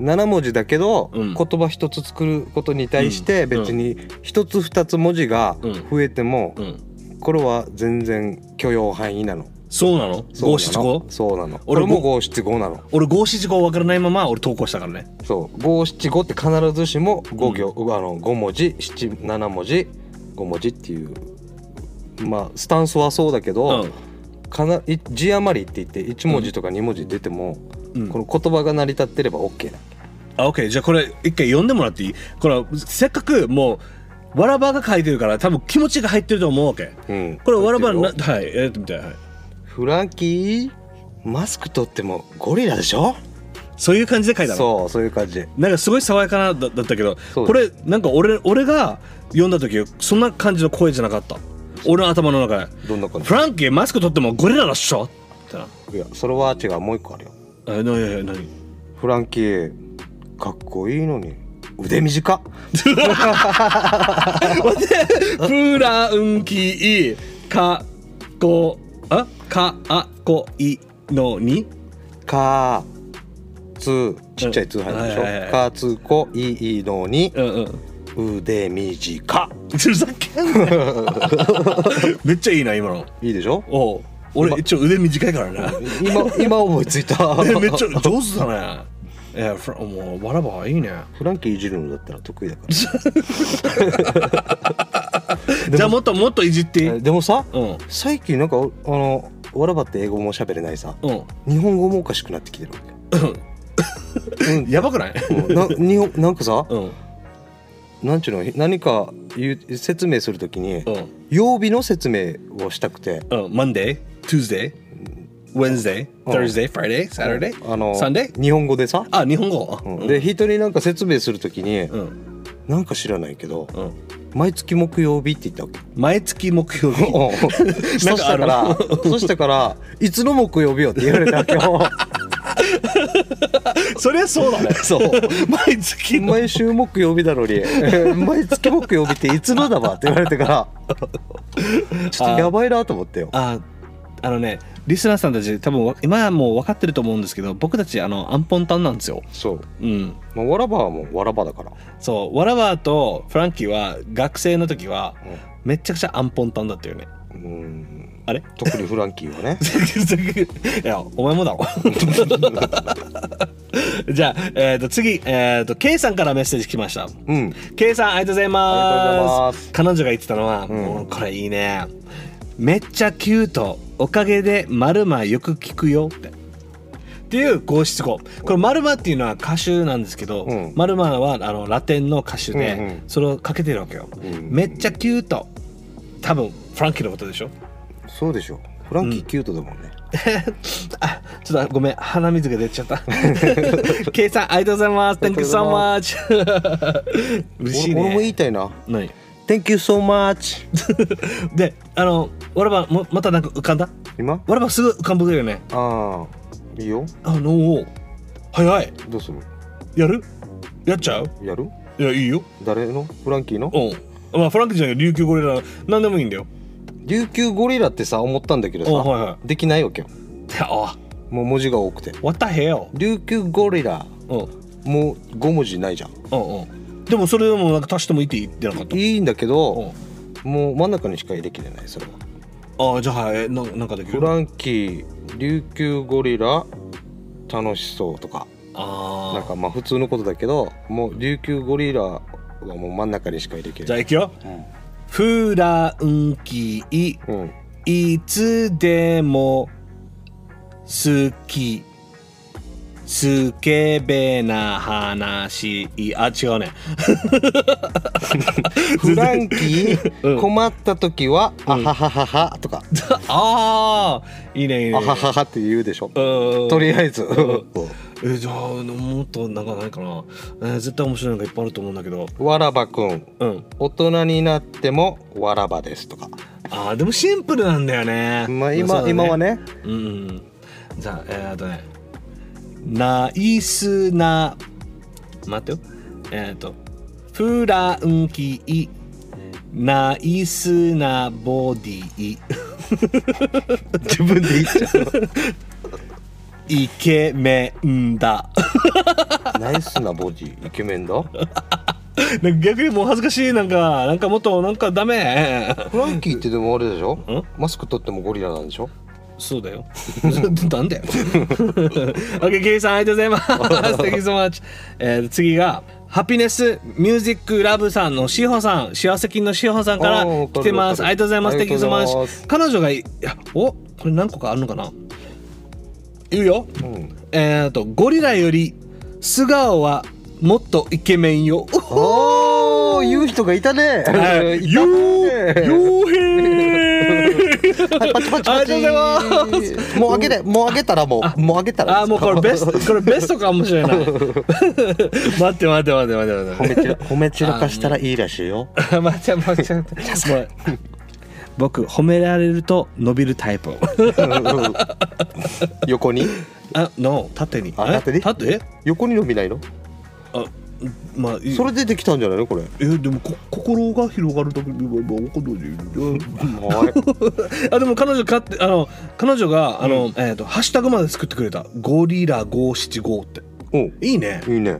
Speaker 2: 7文字だけど
Speaker 3: うん
Speaker 2: 言葉一つ作ることに対して
Speaker 3: うん
Speaker 2: 別に一つ二つ文字が
Speaker 3: うん
Speaker 2: 増えても
Speaker 3: うん。
Speaker 2: 頃は全然許容範囲なの
Speaker 3: そうなの
Speaker 2: そうなの
Speaker 3: 五七五
Speaker 2: そうなの
Speaker 3: 俺
Speaker 2: 俺
Speaker 3: も
Speaker 2: も五七五なの
Speaker 3: 俺五七五わからないまま俺投稿したからね
Speaker 2: そう五七五って必ずしも五行、あの五文字七七文字五文字っていうまあスタンスはそうだけど、
Speaker 3: うん
Speaker 2: かない字余りって言って一文字とか二文字出ても、
Speaker 3: うん
Speaker 2: この言葉が成り立ってれば OK だ
Speaker 3: あ OK じゃあこれ一回読んでもらっていいこれせっかくもうわらばが書いてるから多分気持ちが入ってると思うわけ
Speaker 2: うん
Speaker 3: これわらばな
Speaker 2: 入って
Speaker 3: はいやってみたい、はい、
Speaker 2: フランキーマスク取ってもゴリラでしょ
Speaker 3: そういう感じで書いたの
Speaker 2: そうそういう感じ
Speaker 3: なんかすごい爽やかなだだったけど
Speaker 2: そう
Speaker 3: これなんか俺俺が読んだ時そんな感じの声じゃなかった俺の頭の中で
Speaker 2: どんな
Speaker 3: 「
Speaker 2: 感じ
Speaker 3: フランキーマスク取ってもゴリラだっしょ」ってない
Speaker 2: やそれは違うもう一個あるよ
Speaker 3: 「あないやいや何?」
Speaker 2: フランキーかっこいいのに腕短っ
Speaker 3: 待ってフランキーかこあかあこいのに
Speaker 2: かつちっちゃい通販でし
Speaker 3: うんはいはいはい
Speaker 2: ょかつこいいのに
Speaker 3: うんうん
Speaker 2: 腕短っ
Speaker 3: ふざけんなよめっちゃいいな今の
Speaker 2: いいでし ょ
Speaker 3: おう俺一応腕短いか らな
Speaker 2: 今今思いついた
Speaker 3: え めっちゃ上手だねいやフラもうわらばいいね
Speaker 2: フランキーいじるのだったら得意だか
Speaker 3: じゃあもっともっといじっていい
Speaker 2: らでもさ
Speaker 3: うん
Speaker 2: 最近なんかあのわらばって英語も喋れないさ
Speaker 3: うん
Speaker 2: 日本語もおかしくなってきてるわ けうん
Speaker 3: やばくない
Speaker 2: な日本なんかさ
Speaker 3: うんうん
Speaker 2: なんちゅうの何か言う説明するときに曜日の説明をしたくて
Speaker 3: うん Monday Tuesday Wednesday
Speaker 2: うん
Speaker 3: Thursday Friday Saturday
Speaker 2: あの
Speaker 3: Sunday
Speaker 2: 日本語でさ、
Speaker 3: あ日本語
Speaker 2: う
Speaker 3: うんん
Speaker 2: で人になんか説明するときに、
Speaker 3: うん
Speaker 2: なんか知らないけど
Speaker 3: うん
Speaker 2: 毎月木曜日って言ったわけ
Speaker 3: 毎月木曜日
Speaker 2: そ
Speaker 3: なん
Speaker 2: し
Speaker 3: かあ
Speaker 2: た
Speaker 3: る
Speaker 2: からそしたからいつの木曜日よって言われたわけよ
Speaker 3: そりゃそうだね
Speaker 2: そう
Speaker 3: 毎月の
Speaker 2: 毎週木曜日だのに 毎月木曜日っていつのだわって言われてからちょっとやばいなと思ってよ
Speaker 3: ああのねリスナーさんたち多分わ今はもう分かってると思うんですけど僕たちあのアンポンタンなんですよ
Speaker 2: そう、
Speaker 3: うん
Speaker 2: まあ、わらばはもうわらばだから
Speaker 3: そうわらわとフランキーは学生の時はめっちゃくちゃアンポンタンだったよね
Speaker 2: うん
Speaker 3: あれ
Speaker 2: 特にフランキーはね
Speaker 3: いやお前もだろ じゃあ、えー、と次、えー、と K さんからメッセージ来ました
Speaker 2: うん
Speaker 3: K さんありがと
Speaker 2: ありがとうご
Speaker 3: うござい
Speaker 2: ざい
Speaker 3: ま
Speaker 2: ますす
Speaker 3: 彼女が言ってたのは、
Speaker 2: ん
Speaker 3: もうこれいいねめっちゃキュートおかげでまるまよく聞くよってっていう五七五これ「まるま」っていうのは歌手なんですけど
Speaker 2: うん
Speaker 3: 「まるま」はあのラテンの歌手で、
Speaker 2: うんうん
Speaker 3: それをかけてるわけよ、
Speaker 2: ん
Speaker 3: めっちゃキュート多分フランキーのことでしょ
Speaker 2: そうでしょフランキーキュートだもんね、
Speaker 3: あちょっとごめん鼻水が出ちゃった K さんありがとうございます Thank you so much 嬉しい
Speaker 2: 俺俺も言
Speaker 3: ね
Speaker 2: いたいな
Speaker 3: 何
Speaker 2: Thank you so much
Speaker 3: であのわらばもまたなんか浮かんだ
Speaker 2: 今
Speaker 3: わらばすぐ浮かんぶるよね
Speaker 2: ああいいよ
Speaker 3: あの早い
Speaker 2: どうする
Speaker 3: やるやっちゃう
Speaker 2: やる
Speaker 3: いやいいよ
Speaker 2: 誰のフランキーの
Speaker 3: うんまあフランクじゃない琉球ゴリラなんでもいいんだよ
Speaker 2: 琉球ゴリラってさ思ったんだけどさ、
Speaker 3: おはいは
Speaker 2: できないわけよ
Speaker 3: いあ
Speaker 2: もう文字が多くて
Speaker 3: What the hell
Speaker 2: 琉球ゴリラ
Speaker 3: うんうん
Speaker 2: もう5文字ないじゃん
Speaker 3: うんでもそれでもなんか足してもいいって言ってなかった
Speaker 2: いいんだけ
Speaker 3: うん
Speaker 2: ど、もう真ん中にしかできれないそれは
Speaker 3: ああじゃあはいななんかでき
Speaker 2: フ
Speaker 3: る
Speaker 2: ランキー琉球ゴリラ楽しそうとかな
Speaker 3: あ
Speaker 2: んかまあ普通のことだけどもう琉球ゴリラはもう真ん中にしかでき
Speaker 3: あじゃ
Speaker 2: な
Speaker 3: あ
Speaker 2: い
Speaker 3: いくよ
Speaker 2: うん
Speaker 3: フランキー
Speaker 2: うん
Speaker 3: いつでも好きスケベな話いあ違うね
Speaker 2: フランキ
Speaker 3: うん
Speaker 2: ー困った時は「あはははは」とか
Speaker 3: ああいいねいい
Speaker 2: 「
Speaker 3: ね
Speaker 2: あははは」って言うでしょ
Speaker 3: うん
Speaker 2: とりあえず
Speaker 3: えじゃあもっとなんかないかな、えー絶対面白いのがいっぱいあると思うんだけど
Speaker 2: わらばくん
Speaker 3: うん
Speaker 2: 大人になってもわらばですとか
Speaker 3: あーでもシンプルなんだよね
Speaker 2: まあ
Speaker 3: そう
Speaker 2: 今,、
Speaker 3: だ
Speaker 2: 今はね
Speaker 3: うんうんじゃあえー、あとねナイスな待ってよえっ、ー、とフランキーナイスなボディ
Speaker 2: 自分で言っちゃ
Speaker 3: イケメンだ
Speaker 2: うナイスなボディイケメンだ
Speaker 3: なんか逆にもう恥ずかしいなんかなんかもっとなんかダメ
Speaker 2: フランキーってでもあれでしょ
Speaker 3: ん
Speaker 2: マスク取ってもゴリラなんでしょ
Speaker 3: そうだよ なんだよ OK ケイさんありがとうございます Thank you so much、えー次がハピネスミュージックラブさんのしほさん幸せ金のしほさんから
Speaker 2: あーわかる
Speaker 3: 来てます
Speaker 2: わかる
Speaker 3: ありがとうございます
Speaker 2: あ
Speaker 3: Thank
Speaker 2: りが
Speaker 3: you
Speaker 2: とうご
Speaker 3: so
Speaker 2: ざいます
Speaker 3: much 彼女がいいやおこれ何個かあるのかな言うよ、
Speaker 2: ん
Speaker 3: えっ、とゴリラより素顔はもっとイケメンよ
Speaker 2: おー言う人がいたね い
Speaker 3: はい
Speaker 2: たね
Speaker 3: よーへー
Speaker 2: はいパチパチ
Speaker 3: あ
Speaker 2: パチ
Speaker 3: りがとうございます
Speaker 2: もうあげてもうあげたらもうもうあげたら
Speaker 3: あーもうこれ ベストこれベストかもしれない 待って待って待って待って待
Speaker 2: 褒め
Speaker 3: って
Speaker 2: 散 ら褒め散らかしたらいいらしいよ
Speaker 3: あ待って待って待ってもう僕褒められると伸びるタイプ
Speaker 2: 横に
Speaker 3: あ no 縦に
Speaker 2: あ
Speaker 3: え
Speaker 2: 縦に
Speaker 3: 縦
Speaker 2: 横に伸びないの
Speaker 3: あまあいい
Speaker 2: それでできたんじゃないのこれ
Speaker 3: えでもこ心が広がるときにはまあわかんないよ
Speaker 2: は
Speaker 3: あでも彼女かってあの彼女があの、えっ、とハッシュタグまで作ってくれたゴリラ五七五って
Speaker 2: いうん
Speaker 3: いいね
Speaker 2: いいね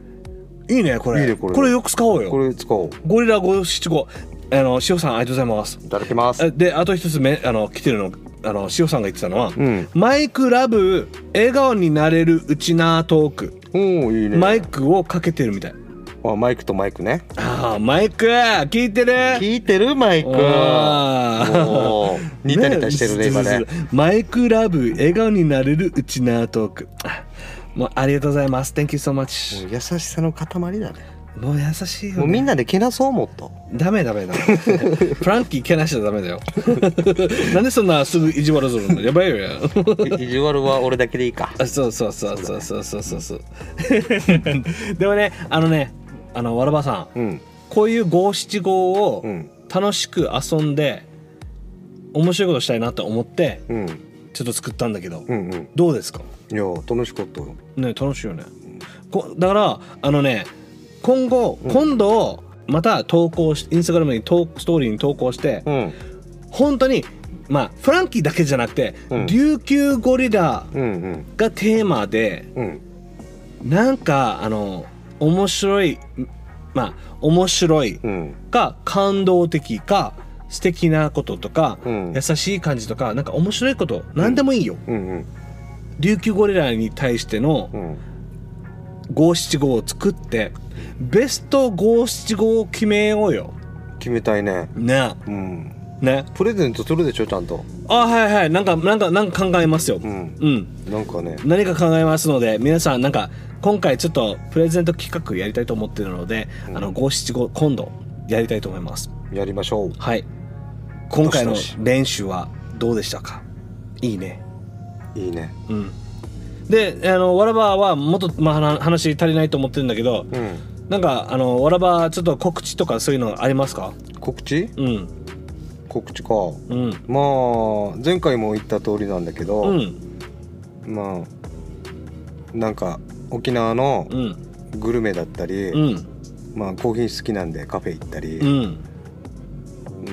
Speaker 3: いいねこれ
Speaker 2: いいねこれ
Speaker 3: よく使おうよ
Speaker 2: これ使おう
Speaker 3: ゴリラ五七五あの塩さんありがとうございます
Speaker 2: いただきます
Speaker 3: あであと一つめあの来てるのあの塩さんが言ってたのは、
Speaker 2: うん
Speaker 3: マイクラブ笑顔になれるうちなトーク、
Speaker 2: おーいいね
Speaker 3: マイクをかけてるみたい
Speaker 2: あマイクとマイクね
Speaker 3: あーマイク聞いてる
Speaker 2: 聞いてるマイク
Speaker 3: あー
Speaker 2: もう似たりたしてるね今
Speaker 3: そ
Speaker 2: ね
Speaker 3: うそうそうマイクラブ笑顔になれるうちなトークもうありがとうございます Thank you so
Speaker 2: も
Speaker 3: much
Speaker 2: う優しさの塊だね
Speaker 3: もう優しいよ、ね、
Speaker 2: もうみんなでけなそうもっと
Speaker 3: ダメダメダ メフランキーけなしちゃダメだよ なんでそんなすぐ意地悪するのやばいよや
Speaker 2: 意地悪は俺だけでいいか
Speaker 3: あそうそうそうそうそうそうそうそう でもねあのねあのわらばさん
Speaker 2: うん
Speaker 3: こういう五七五を
Speaker 2: うん
Speaker 3: 楽しく遊んで面白いことしたいなと思って
Speaker 2: うん
Speaker 3: ちょっと作ったんだけど、
Speaker 2: うんうん
Speaker 3: どうですか
Speaker 2: いや楽しかったよ
Speaker 3: ね楽しいよねこだからあのね今後、今度また投稿しインスタグラムに投ストーリーに投稿して、
Speaker 2: うん
Speaker 3: 本当にまあフランキーだけじゃなくて、
Speaker 2: うん
Speaker 3: 琉球ゴリラ
Speaker 2: うんうん
Speaker 3: がテーマで
Speaker 2: うん
Speaker 3: なんかあの面白いまあ面白い
Speaker 2: うん
Speaker 3: か感動的か素敵なこととか、
Speaker 2: うん
Speaker 3: 優しい感じとかなんか面白いこと何でもいいよ、
Speaker 2: うんうん
Speaker 3: 琉球ゴリラに対しての
Speaker 2: うん
Speaker 3: 五七五を作ってベスト五七五を決めようよ
Speaker 2: 決めたいね
Speaker 3: ね
Speaker 2: うん
Speaker 3: ね
Speaker 2: プレゼントするでしょちゃんと
Speaker 3: あはいはいなんかなんかなんか考えますよ
Speaker 2: うん
Speaker 3: うん
Speaker 2: なんかね
Speaker 3: 何か考えますので皆さんなんか今回ちょっとプレゼント企画やりたいと思ってるので、あの五七五今度やりたいと思います
Speaker 2: やりましょう
Speaker 3: はい今回の
Speaker 2: どしどし
Speaker 3: 練習はどうでしたかいいね
Speaker 2: いいね
Speaker 3: うんであのわらばはもっと、まあ話、話足りないと思ってるんだけど、
Speaker 2: うん
Speaker 3: なんかあのわらばちょっと告知とかそういうのありますか
Speaker 2: 告知
Speaker 3: うん
Speaker 2: 告知か
Speaker 3: うん
Speaker 2: まあ前回も言った通りなんだけ
Speaker 3: う
Speaker 2: ど
Speaker 3: ん
Speaker 2: まあなんか沖縄の
Speaker 3: うん
Speaker 2: グルメだったり
Speaker 3: うん
Speaker 2: まあコーヒー好きなんでカフェ行ったり
Speaker 3: うん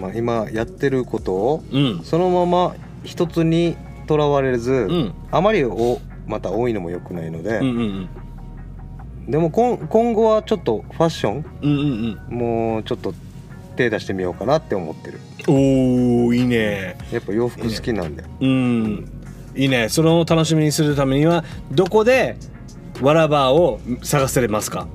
Speaker 2: まあ今やってることを
Speaker 3: うん
Speaker 2: そのまま一つにとらわれず
Speaker 3: うん
Speaker 2: あまりおまた多いのも良くないので
Speaker 3: うんうん
Speaker 2: でもこん今後はちょっとファッション
Speaker 3: うんうんうん
Speaker 2: もうちょっと手出してみようかなって思ってる
Speaker 3: おーいいね
Speaker 2: やっぱ洋服好きなんで
Speaker 3: うん、いいね。それを楽しみにするためには、どこでわらばを探せれますか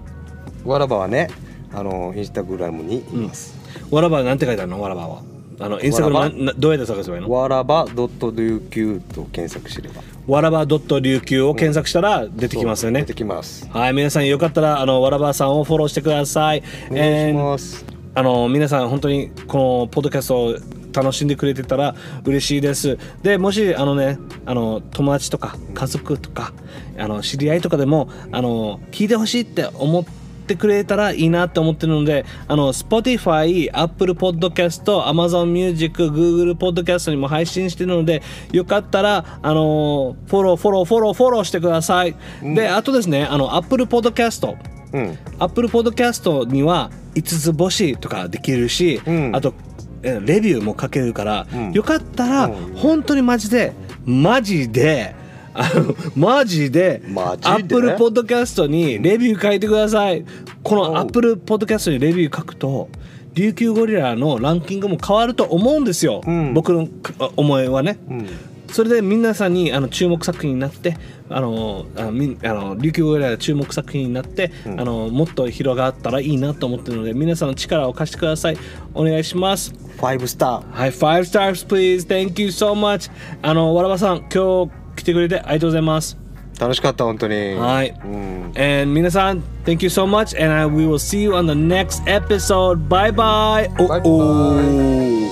Speaker 2: わらばはねあのインスタグラムにいます、
Speaker 3: わらばなんて書いてあるのわらばは。あの、インスタグ
Speaker 2: わ
Speaker 3: ラ
Speaker 2: ら
Speaker 3: ム
Speaker 2: ば
Speaker 3: ななどうやって探せばいいの
Speaker 2: わらば .dq と検索すれば
Speaker 3: わらば.琉球を検索したら出てきますよ
Speaker 2: 出
Speaker 3: ね
Speaker 2: て。きます
Speaker 3: はい、皆さんよかったら、あの、わらばさんをフォローしてください。
Speaker 2: お願いし
Speaker 3: And
Speaker 2: ます
Speaker 3: あの皆さん本当にこのポッドキャストを楽しんでくれてたら嬉しいです。でもしあのねあの友達とか家族とかあの知り合いとかでもあの聞いてほしいって思ってくれたらいいなって思ってるのであの Spotify、Apple Podcast、Amazon Music、Google Podcast にも配信してるのでよかったらあのフォローフォローフォローフォローしてください。であとですねあの Apple Podcast
Speaker 2: うん
Speaker 3: アップルポッドキャストには5つ星とかできるし、
Speaker 2: うん
Speaker 3: あとえレビューも書けるから、
Speaker 2: うん
Speaker 3: よかったら、
Speaker 2: うん
Speaker 3: 本当にマジでマジであのマジで
Speaker 2: マジで
Speaker 3: アップルポッドキャストにレビュー書いてくださいこの
Speaker 2: お
Speaker 3: アップルポッドキャストにレビュー書くと琉球ゴリラのランキングも変わると思うんですよ、
Speaker 2: うん
Speaker 3: 僕のあ思いはね、
Speaker 2: うん
Speaker 3: それで皆さんにあの注目作品になってあのあのみあの琉球ゴリラが注目作品になって、
Speaker 2: うん
Speaker 3: あのもっと広がったらいいなと思ってるので皆さんの力を貸してくださいお願いします
Speaker 2: ファイブスター
Speaker 3: はい、5 stars please. Thank you so much. あの、わらばさん、今日来てくれてありがとうございます。
Speaker 2: 楽しかった本当に
Speaker 3: はい
Speaker 2: うん、
Speaker 3: And 皆さん、Thank you so much. And I, we will see you on the next episode. Bye bye. お
Speaker 2: バイバイ
Speaker 3: お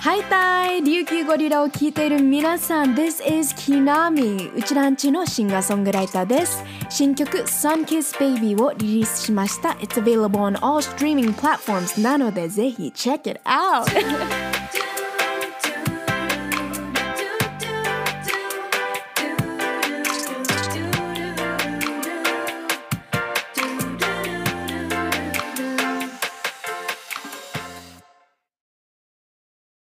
Speaker 1: はいたい琉球ゴリラを聴いている皆さん This is Kinami うちらんちのシンガーソングライターです新曲 Sun Kiss Baby をリリースしました It's available on all streaming platforms なのでぜひ check it out